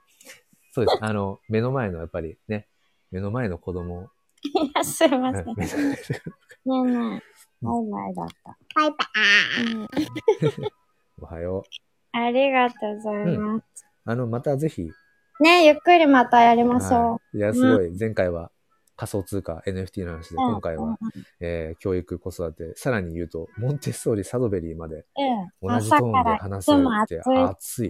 Speaker 1: そうです。あの、目の前の、やっぱりね、目の前の子供。
Speaker 2: いや、すいません。
Speaker 1: うん
Speaker 2: ねえねえ。バイバイだった。
Speaker 3: バイバイ。
Speaker 2: うん
Speaker 1: おはよ
Speaker 2: ありがとうございます。
Speaker 1: う。あの、またぜひ。
Speaker 2: ねえゆっくりまたやりましょ
Speaker 1: はいいや、すごい。前回は仮想通貨 NFT の話で、
Speaker 2: う。
Speaker 1: 今回
Speaker 2: うん
Speaker 1: は、。えー教育、子育て、さらに言うと、モンテッソーリ、サドベリーまで
Speaker 2: うん。
Speaker 1: 同じト
Speaker 2: 朝か
Speaker 1: ーンで
Speaker 2: ら
Speaker 1: 話すって
Speaker 2: いつも
Speaker 1: 熱い。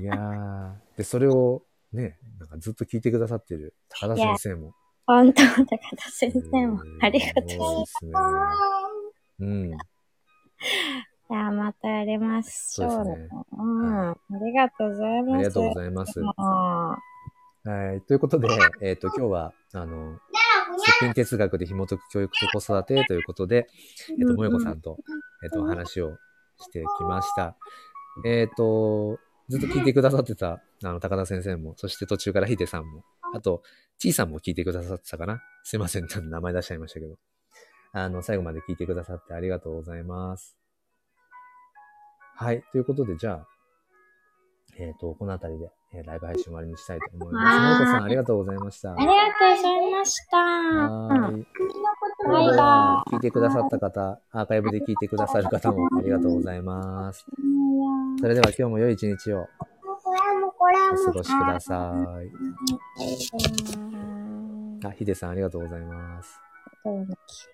Speaker 1: いやー。で、それをね、なんかずっと聞いてくださってる高田先生も。
Speaker 2: 本当、高田先生も
Speaker 1: うん
Speaker 2: ありがとう。
Speaker 1: そうですね。うん。
Speaker 2: じゃあ、またやりましょ
Speaker 1: そう
Speaker 2: う。
Speaker 1: ですね
Speaker 2: うん。ありがとうございます。
Speaker 1: ありがとうござい ます。
Speaker 2: も
Speaker 1: はい。ということで、えっ、と、今日は、あの、接近哲学で紐解く教育と子育てということで、えっ、と、もよこさんと、えっ、と、お話をしてきました。えっ、と、ずっと聞いてくださってた、あの、高田先生も、そして途中からヒデさんも、あと、ちいさんも聞いてくださってたかなすいません、名前出しちゃいましたけど。あの、最後まで聞いてくださってありがとうございます。はい。ということで、じゃあ、えっ、と、この辺りで、えーライブ配信終わりにしたいと思います。
Speaker 2: は
Speaker 1: も
Speaker 2: い
Speaker 1: よこさん、ありがとうございました。
Speaker 2: ありがとうございました。
Speaker 1: はーい。
Speaker 2: バイバ
Speaker 1: 聞いてくださった方、アーカイブで聞いてくださる方もありがとうございます。
Speaker 2: イ。
Speaker 1: それでは今日も良い一日を
Speaker 3: これもこれ
Speaker 1: お過
Speaker 3: も。
Speaker 1: ごしください。
Speaker 2: うん
Speaker 1: あ、ヒデさんありがとうございます。
Speaker 2: そうなんです